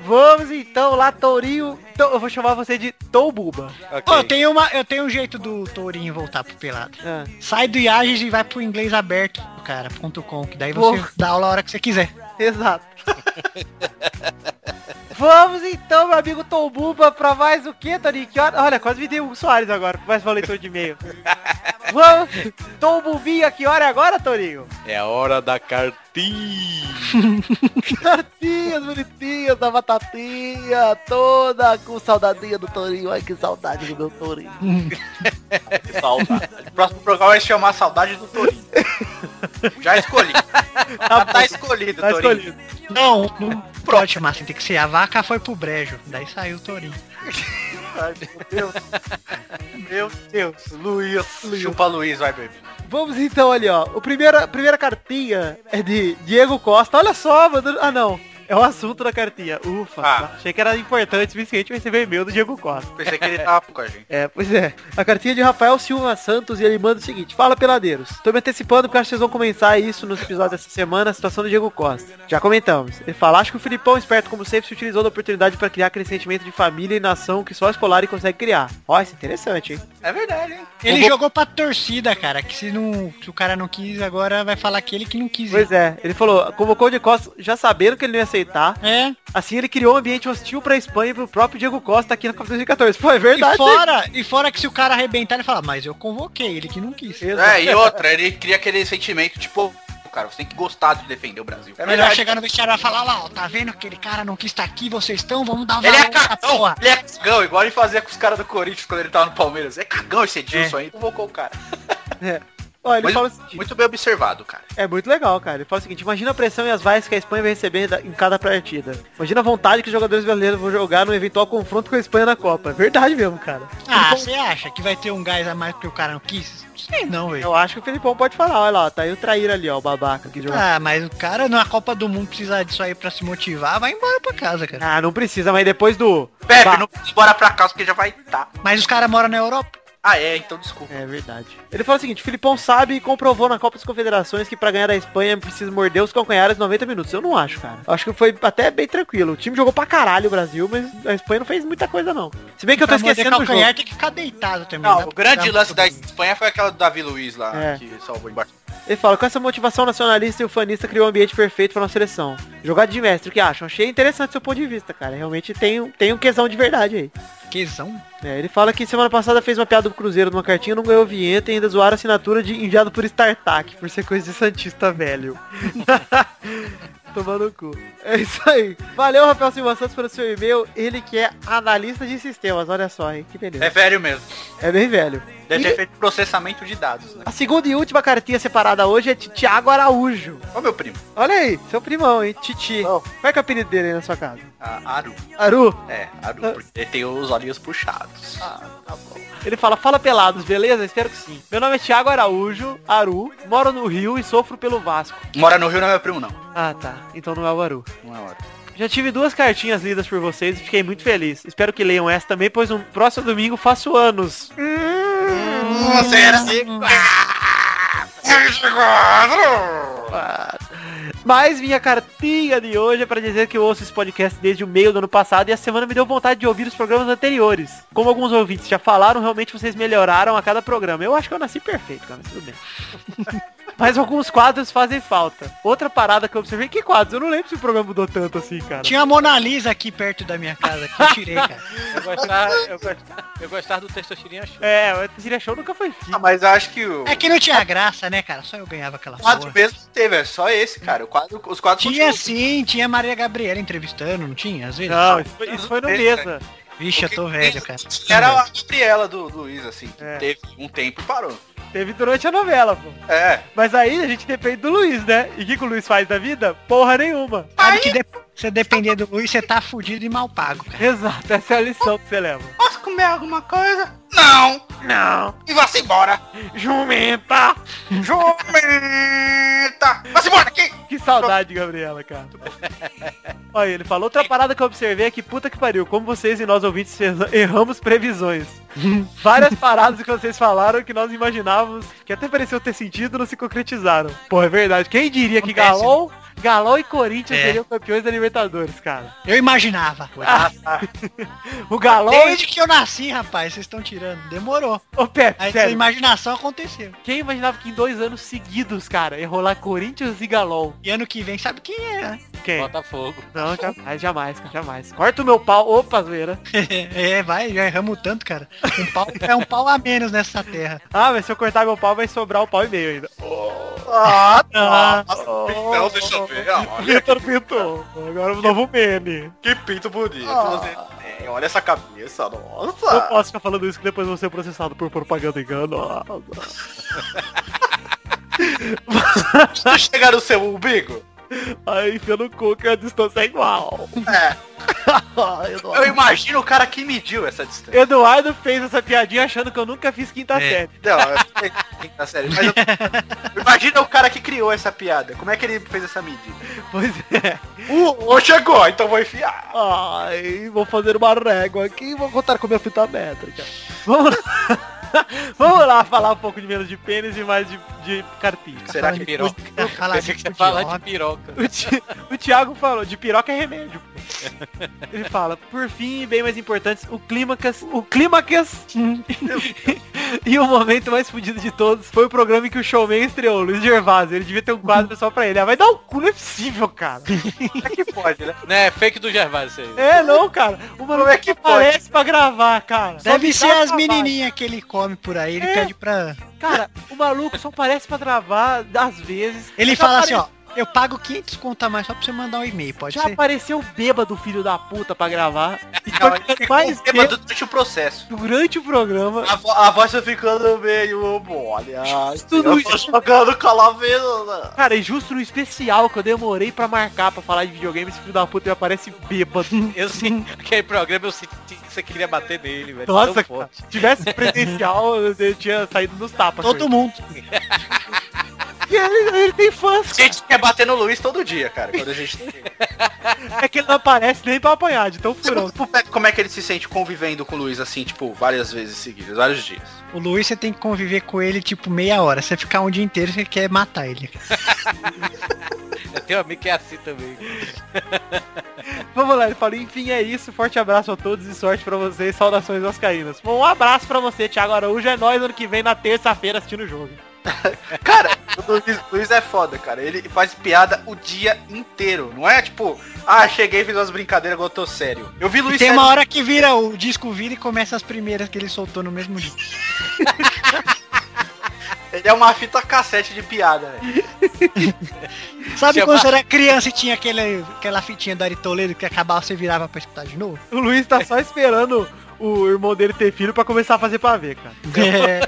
F: Vamos então lá, Tourinho. Então, eu vou chamar você de Toububa.
G: Ok.
E: Ó, eu, tenho uma, eu tenho um jeito do Tourinho voltar pro pelado.
F: Ah,
E: Sai do Iages e vai pro inglês aberto, cara, ponto .com, que daí você
F: Porra.
E: dá aula a hora que você quiser.
F: exato. Vamos então, meu amigo Toububa, pra mais o que, Torinho? Que hora? Olha, quase me dei um Soares agora, mais um leitor de e-mail. Vamos. Tom Bumbinha, que hora é agora, Torinho?
G: É a hora da cartinha.
B: Cartinhas bonitinhas da batatinha, toda com saudadinha do Torinho. Ai, que saudade do meu Torinho.
C: Saudade. O próximo programa vai se chamar Saudade do Torinho. Já escolhi.
E: Tá,
C: tá escolhido,
E: Tá
C: Torinho.
E: escolhido. Não, não pode chamar assim, tem que ser. A vaca foi pro brejo, daí saiu o tourinho.
C: Ai, meu Deus. Meu Deus. Luiz. Chupa Luiz, vai, baby.
F: Vamos então ali, ó. O primeiro, a primeira cartinha é de Diego Costa. Olha só, mandando... Ah, não. É o assunto da cartinha. Ufa. Achei que era importante o suficiente receber e-mail do Diego Costa.
C: Ah. Pensei que ele tava com a gente.
F: É, pois é. A cartinha é de Rafael Silva Santos e ele manda o seguinte. Fala, peladeiros. Tô me antecipando porque acho que vocês vão comentar isso nos episódios dessa semana, a situação do Diego Costa. Já comentamos. Ele fala, acho que o Filipão, esperto como sempre, se utilizou da oportunidade para criar aquele sentimento de família e nação que só a Scolari consegue criar. Ó, isso é interessante, hein?
C: É verdade, hein?
E: Ele jogou pra torcida, cara, que se, não, se o cara não quis, agora vai falar que ele que não quis.
F: Pois é, ele falou, convocou o de Costa já sabendo que ele não ia aceitar.
E: É.
F: Assim ele criou um ambiente hostil pra Espanha e pro próprio Diego Costa aqui na Copa de 2014. Pô, é verdade.
E: E fora, e fora que se o cara arrebentar, ele fala, mas eu convoquei, ele que não quis.
C: É, e outra, ele cria aquele sentimento, tipo, cara, você tem que gostar de defender o Brasil.
E: É melhor chegar no vestiário e falar lá, ó, tá vendo aquele cara não quis estar aqui, vocês estão, vamos dar
C: Ele é
E: valor pra
C: cagão, ele é cagão, igual ele fazia com os caras do Corinthians quando ele tava no Palmeiras. É cagão esse Edilson aí, convocou o cara.
F: É. Ó, ele
C: Mas
F: fala o
C: muito bem observado, cara.
F: É muito legal, cara. Ele fala o seguinte, imagina a pressão e as vaias que a Espanha vai receber da- em cada partida. Imagina a vontade que os jogadores brasileiros vão jogar num eventual confronto com a Espanha na Copa. É Verdade mesmo, cara.
E: Ah, você acha que vai ter um gás a mais porque o cara não quis? Sei não, velho.
F: Eu acho que o Felipão pode falar, olha lá, tá aí o traíra ali, ó, o babaca que joga.
E: Ah, mas o cara na Copa do Mundo precisar disso aí pra se motivar, vai embora pra casa, cara.
F: Ah, não precisa, mas depois do...
C: Pepe, não precisa ir embora pra casa porque já vai tá. estar.
E: Mas os caras moram na Europa.
C: Ah, é, então desculpa.
F: É verdade. Ele fala o seguinte, Filipão sabe e comprovou na Copa das Confederações que pra ganhar da Espanha precisa morder os calcanhares 90 minutos. Eu não acho, cara. Eu acho que foi até bem tranquilo. O time jogou pra caralho o Brasil, mas a Espanha não fez muita coisa não. Se bem que eu tô
E: Pra morder
F: esquecendo do jogo.
E: calcanhar, tem que ficar deitado também. né? Tá
C: Não,
E: dá
C: o
E: pra
C: grande
E: dar-
C: lance da Espanha foi aquela do Davi Luiz lá,
F: É.
C: que salvou embaixo.
F: Ele fala, com essa motivação nacionalista e o fanista criou um ambiente perfeito pra nossa seleção. Jogada de mestre, o que acham? Achei interessante seu ponto de vista, cara. Realmente tem, um- tem um quesão de verdade aí.
E: Quesão?
F: É, ele fala que semana passada fez uma piada do Cruzeiro numa cartinha, não ganhou vinheta e ainda zoaram a assinatura de enviado por StarTac, por ser coisa de Santista velho. <laughs> Tomando o cu. É isso aí. Valeu, Rafael Silva Santos, pelo seu e-mail. Ele que é analista de sistemas, olha só, hein? Que beleza.
C: É velho mesmo.
F: É bem velho.
C: Deve
F: E
C: ter feito processamento de dados, né?
F: a segunda e última cartinha separada hoje é de Tiago Araújo.
C: Ó meu primo,
F: Olha aí, seu primão, hein? Titi. Qual é que é o apelido dele aí na sua casa?
C: a Aru.
F: Aru?
C: É, Aru,
E: Ah.
C: porque ele tem os olhinhos puxados.
F: Ele fala, fala pelados, beleza? Espero que sim. Meu nome é Tiago Araújo, Aru, moro no Rio e sofro pelo Vasco.
C: Mora no Rio não é meu primo, não.
F: Ah, tá. Então não é o Aru.
C: Não é hora.
F: Já tive duas cartinhas lidas por vocês e fiquei muito feliz. Espero que leiam essa também, pois no próximo domingo faço anos.
C: Nossa, era assim.
E: Hum.
F: Mas minha cartinha de hoje é pra dizer que eu ouço esse podcast desde o meio do ano passado e a semana me deu vontade de ouvir os programas anteriores. Como alguns ouvintes já falaram, realmente vocês melhoraram a cada programa. Eu acho que eu nasci perfeito, cara, mas
C: <laughs>
F: tudo bem. mas alguns quadros fazem falta. Outra parada que eu observei, que quadros? Eu não lembro se o programa mudou tanto assim, cara.
E: Tinha a Mona Lisa aqui perto da minha casa, que eu tirei, cara.
G: Eu gostava, eu gostava, eu gostava do Testosterinha Show.
F: É, o Tira Show nunca foi fixo.
C: Ah, mas eu acho que o
E: É que não tinha graça, né, cara? Só eu ganhava aquela
C: quadro
E: porra.
C: mesmo não teve, é só esse, cara. O quadro, os quadros
E: Tinha sim, tinha Maria Gabriela entrevistando, não tinha? Às vezes.
F: Não, isso foi, isso foi no mesa.
E: Vixe, eu tô velho, cara.
C: Era a Gabriela do Luiz, assim, que
F: É.
C: teve um tempo e parou.
F: Teve durante a novela, pô.
C: É.
F: Mas aí a gente depende do Luiz, né? E o que, que o Luiz faz da vida? Porra nenhuma.
E: Sabe que de... você depender do Luiz, você tá fudido e mal pago, cara.
F: Exato, essa é a lição que você leva.
C: Posso comer alguma coisa? Não!
F: Não.
C: E vá-se
E: <laughs>
C: embora!
F: Jumenta!
C: Jumenta! Vá-se embora aqui!
F: Que saudade, Gabriela, cara. Olha, ele falou outra parada que eu observei é que puta que pariu, como vocês e nós ouvintes erra- erramos previsões. Várias paradas que vocês falaram que nós imaginávamos que até pareceu ter sentido não se concretizaram. Pô, é verdade. Quem diria que
E: Acontece,
F: Galol, Galol e Corinthians
E: É.
F: seriam campeões da Libertadores, cara.
E: Eu imaginava.
F: Ah, O Galol
E: Desde que eu nasci, rapaz, vocês estão tirando. Demorou.
F: Ô Pepe,
E: Aí a
F: sério,
E: imaginação aconteceu.
F: quem imaginava que em dois anos seguidos, cara, ia rolar Corinthians e Galol?
E: E ano que vem, sabe quem é? né? <laughs>
F: Quem?
M: Botafogo.
F: Não, jamais, jamais, cara, jamais. Corta o meu pau. Opa, zoeira.
E: É, vai, já erramos tanto, cara. Um pau é um pau a menos nessa terra.
F: Ah, mas se eu cortar meu pau, vai sobrar o pau e meio ainda.
E: Ah,
F: tá.
E: Oh.
N: Então, deixa eu ver. Ah, olha,
F: <laughs> Vitor pintou. Agora o novo meme.
N: que pinto bonito.
F: Ah.
N: você tem. Olha essa cabeça,
F: Eu
N: nossa.
F: posso ficar falando isso que depois eu vou ser processado por propaganda enganosa.
N: Você chegar no seu umbigo?
F: Aí enfia no cu que a distância é igual.
C: Eu imagino o cara que mediu essa distância.
F: <laughs> Eduardo fez essa piadinha achando que eu nunca fiz
N: É.
F: quinta série.
C: Não, eu- quinta série. Mas eu- Imagina o cara que criou essa piada. Como é que ele fez essa medida?
F: Pois é.
N: O o chegou, então vou enfiar.
F: Ai, vou fazer uma régua aqui e vou contar com minha fita métrica. Vamos lá. <laughs> Vamos lá falar um pouco de menos de pênis e mais de, de carpinho.
M: Será que piroca? Pensei que você fala de piroca.
F: O, Ti- o Thiago falou, de piroca é remédio. Ele fala, por fim, e bem mais importante, o clímax, o clímax <laughs> e o momento mais fudido de todos foi o programa em que o showman estreou, Luiz Gervásio. Ele devia ter um quadro só pra ele. Ah, vai dar o cu, não é possível, cara.
M: Pode,
G: é-
M: né? né? Fake do Gervásio isso aí.
F: É, não, cara. O maluco é que parece pra gravar, cara. Só
E: Deve
F: me
E: ser
F: dá
E: as
F: trabalho.
E: menininhas que ele come por aí, ele
F: É.
E: pede pra...
F: Cara, o maluco só parece pra gravar, às vezes.
E: Ele
F: Já
E: fala assim, ó,
F: apare-
E: eu pago 500 conto a mais só pra você mandar um e-mail, pode
F: Já
E: ser?
F: apareceu bêbado, filho da puta, pra
M: <laughs>
F: gravar. E
C: Não,
F: foi
C: ele ficou
F: mais
C: bêbado
F: bêbado
C: um durante o processo.
F: durante o programa.
N: A, vo- a voz foi ficando meio olha.
F: Tudo
N: eu tô jogando calavera.
F: Cara, e justo no especial que eu demorei pra marcar pra falar de videogame, esse filho da puta já aparece bêbado.
M: <laughs> Eu sinto aquele programa, eu senti que você queria bater nele, velho.
F: <laughs> Nossa,
M: Tão
F: cara,
M: forte.
F: se tivesse presencial, eu eu tinha saído nos tapas. com
E: Todo
F: ele.
E: mundo.
F: E ele, ele tem fãs.
M: <laughs>
C: A gente quer bater no Luiz todo dia, cara. Quando a gente...
F: É que ele não aparece nem pra apanhar, de tão furão.
C: Tipo, Como é que ele se sente convivendo com o Luiz, assim, tipo, várias vezes seguidas, vários dias?
E: O Luiz, você tem que conviver com ele, tipo, meia hora. Você ficar um dia inteiro, você quer matar ele.
M: Eu tenho um amigo que é assim também.
F: Vamos lá, ele fala, enfim, é isso. Forte abraço a todos e sorte pra vocês. Saudações vascaínas. Bom, um abraço pra você, Thiago Araújo. É nóis ano que vem na terça-feira assistindo o jogo.
C: Cara, o Luiz, Luiz é foda, cara. Ele faz piada o dia inteiro. Não é tipo, ah, cheguei, fiz umas brincadeiras, agora eu tô sério. Eu vi
E: E
C: Luiz
E: tem
C: sério-
E: uma hora que vira, o disco vira e começa as primeiras que ele soltou no mesmo dia.
C: Ele é uma fita cassete de piada, velho.
E: Sabe
M: Chama-
E: quando você era criança e tinha aquele, aquela fitinha da Ari Toledo que acabava, você virava pra escutar de novo?
F: O Luiz tá só esperando o irmão dele ter filho pra começar a fazer pavê, cara.
E: É,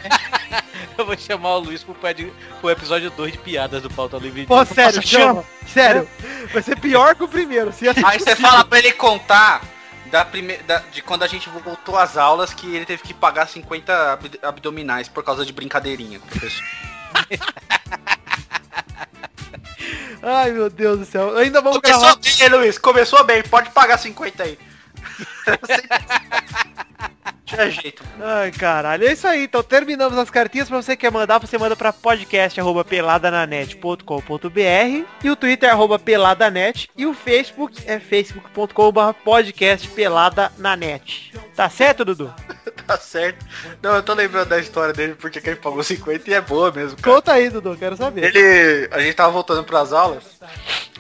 M: Eu vou chamar o Luiz pro, pé de- pro episódio 2 de piadas do Pauta Livre.
F: Pô, sério,
E: Nossa,
F: chama. Sério. Vai ser pior que o primeiro. Se assim
C: Aí você fala pra ele contar da prime... da- de quando a gente voltou às aulas que ele teve que pagar 50 ab- abdominais por causa de brincadeirinha com o professor.
F: Ai, meu Deus do céu. Ainda vamos
C: Começou
F: gravar.
C: bem, hein, Luiz? Começou bem, pode pagar 50 aí. <laughs> Tinha jeito.
F: Ai, caralho. É isso aí. Então, terminamos as cartinhas. Pra você que quer mandar, você manda pra podcast.peladananet.com.br e o Twitter é arroba peladanet e o Facebook é facebook.com.br podcastpeladananet. Tá certo, Dudu?
C: Tá certo. Não, eu tô lembrando da história dele porque que ele pagou 50 e é boa mesmo, cara.
F: Conta aí, Dudu. Quero saber.
C: Ele, a gente tava voltando pras aulas,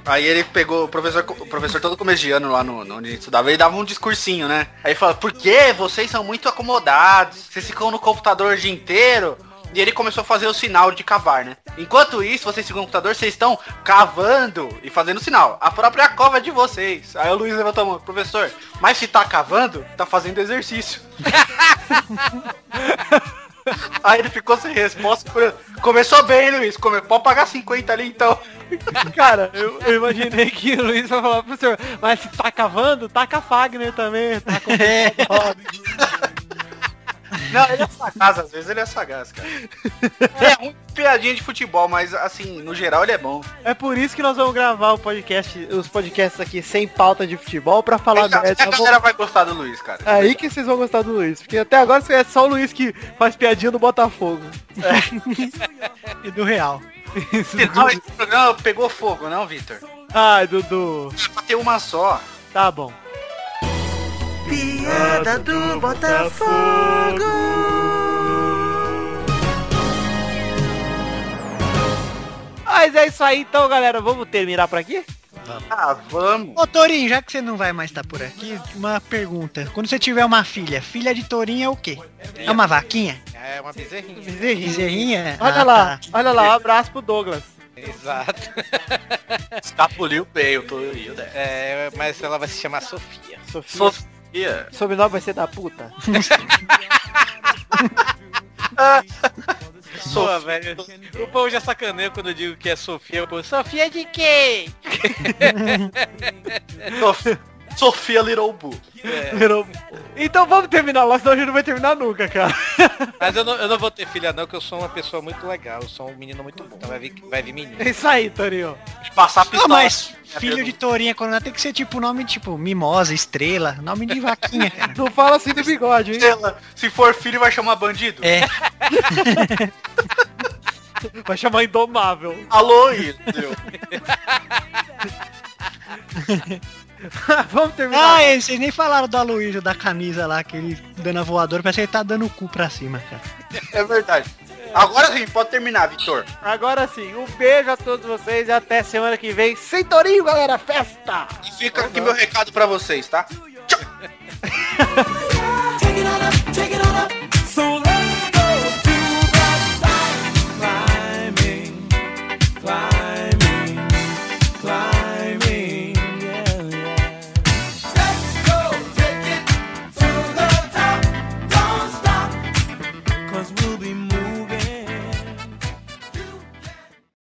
C: aí ele pegou o professor, o professor todo começo de ano lá no, no onde a gente estudava, ele dava um discursinho, né? Aí ele fala, por que vocês são muito acomodados? Vocês ficam no computador o dia inteiro? E ele começou a fazer o sinal de cavar, né? Enquanto isso, vocês ficam no computador, vocês estão cavando e fazendo sinal. A própria cova é de vocês. Aí o Luiz levantou a mão, professor, mas se tá cavando, tá fazendo exercício. <laughs> Aí ele ficou sem resposta. ficou- Começou bem, Luiz. Come... Pode pagar 50 ali então.
F: Cara, eu, eu imaginei que o Luiz vai falar pro senhor, mas se tá cavando, taca Fagner também. Taca o
C: Não, ele é sagaz, às vezes ele é sagaz,
E: <laughs>
C: cara. É ruim de piadinha de futebol, mas assim, no geral ele é bom.
F: É por isso que nós vamos gravar o podcast, os podcasts aqui sem pauta de futebol pra falar
C: Então,
F: merda.
C: a galera vai gostar do Luiz, cara.
F: tá É Aí que vocês vão gostar do Luiz, porque até agora é só o Luiz que faz piadinha do Botafogo. É. <laughs>
E: e do real.
C: Final esse programa pegou fogo, não, Vitor?
F: Ai, Dudu.
C: Pra ter uma só.
F: Tá bom.
A: Piada do Botafogo.
F: Mas é isso aí então, galera. Vamos terminar por aqui?
E: vamos.
C: Ah, vamos.
E: Ô Torinho, já que você não vai mais estar por aqui, uma pergunta. Quando você tiver uma filha, filha de Torinho é o quê? É uma vaquinha?
G: É uma bezerrinha.
E: Bezerrinha?
F: Olha
E: Ah,
F: lá,
E: tá.
F: olha lá, um abraço pro Douglas.
G: Exato.
E: Tá
M: Escapuliu bem o Torinho, né?
G: É, mas ela vai se chamar Sofia.
F: Sofia. Sobrenome vai ser da puta.
G: Sofia, velho. O povo já sacaneia quando eu digo que é Sofia. O povo, Sofia de quem?
C: Sof- Sofia <laughs> Little Boo.
F: Virou- Então vamos terminar lá, senão a gente não vai terminar nunca, cara.
G: Mas eu não, eu não vou ter filha não, que eu sou uma pessoa muito legal. Eu sou um menino muito bom. Então vai vir, vai vir menino.
F: É isso aí, Torinho.
C: Passar
E: Ah, mas
C: é
E: filho de Torinha quando ela tem que ser tipo nome tipo Mimosa, Estrela, nome de vaquinha,
F: <laughs>
E: cara.
F: Não fala assim do bigode, hein?
C: Se for filho, vai chamar bandido?
E: É.
F: Vai chamar Indomável.
C: Alô, Ítalo.
F: <laughs> Vamos terminar.
E: Ah, é, vocês nem falaram do Aloysio da camisa lá, que ele dando a voadora, parece que ele tá dando o cu pra cima, cara.
C: É verdade. Agora sim, pode terminar, Vitor.
F: Agora sim, um beijo a todos vocês e até semana que vem. Sem Torinho, galera, festa!
C: Fica aqui meu recado pra vocês, tá?
A: Thank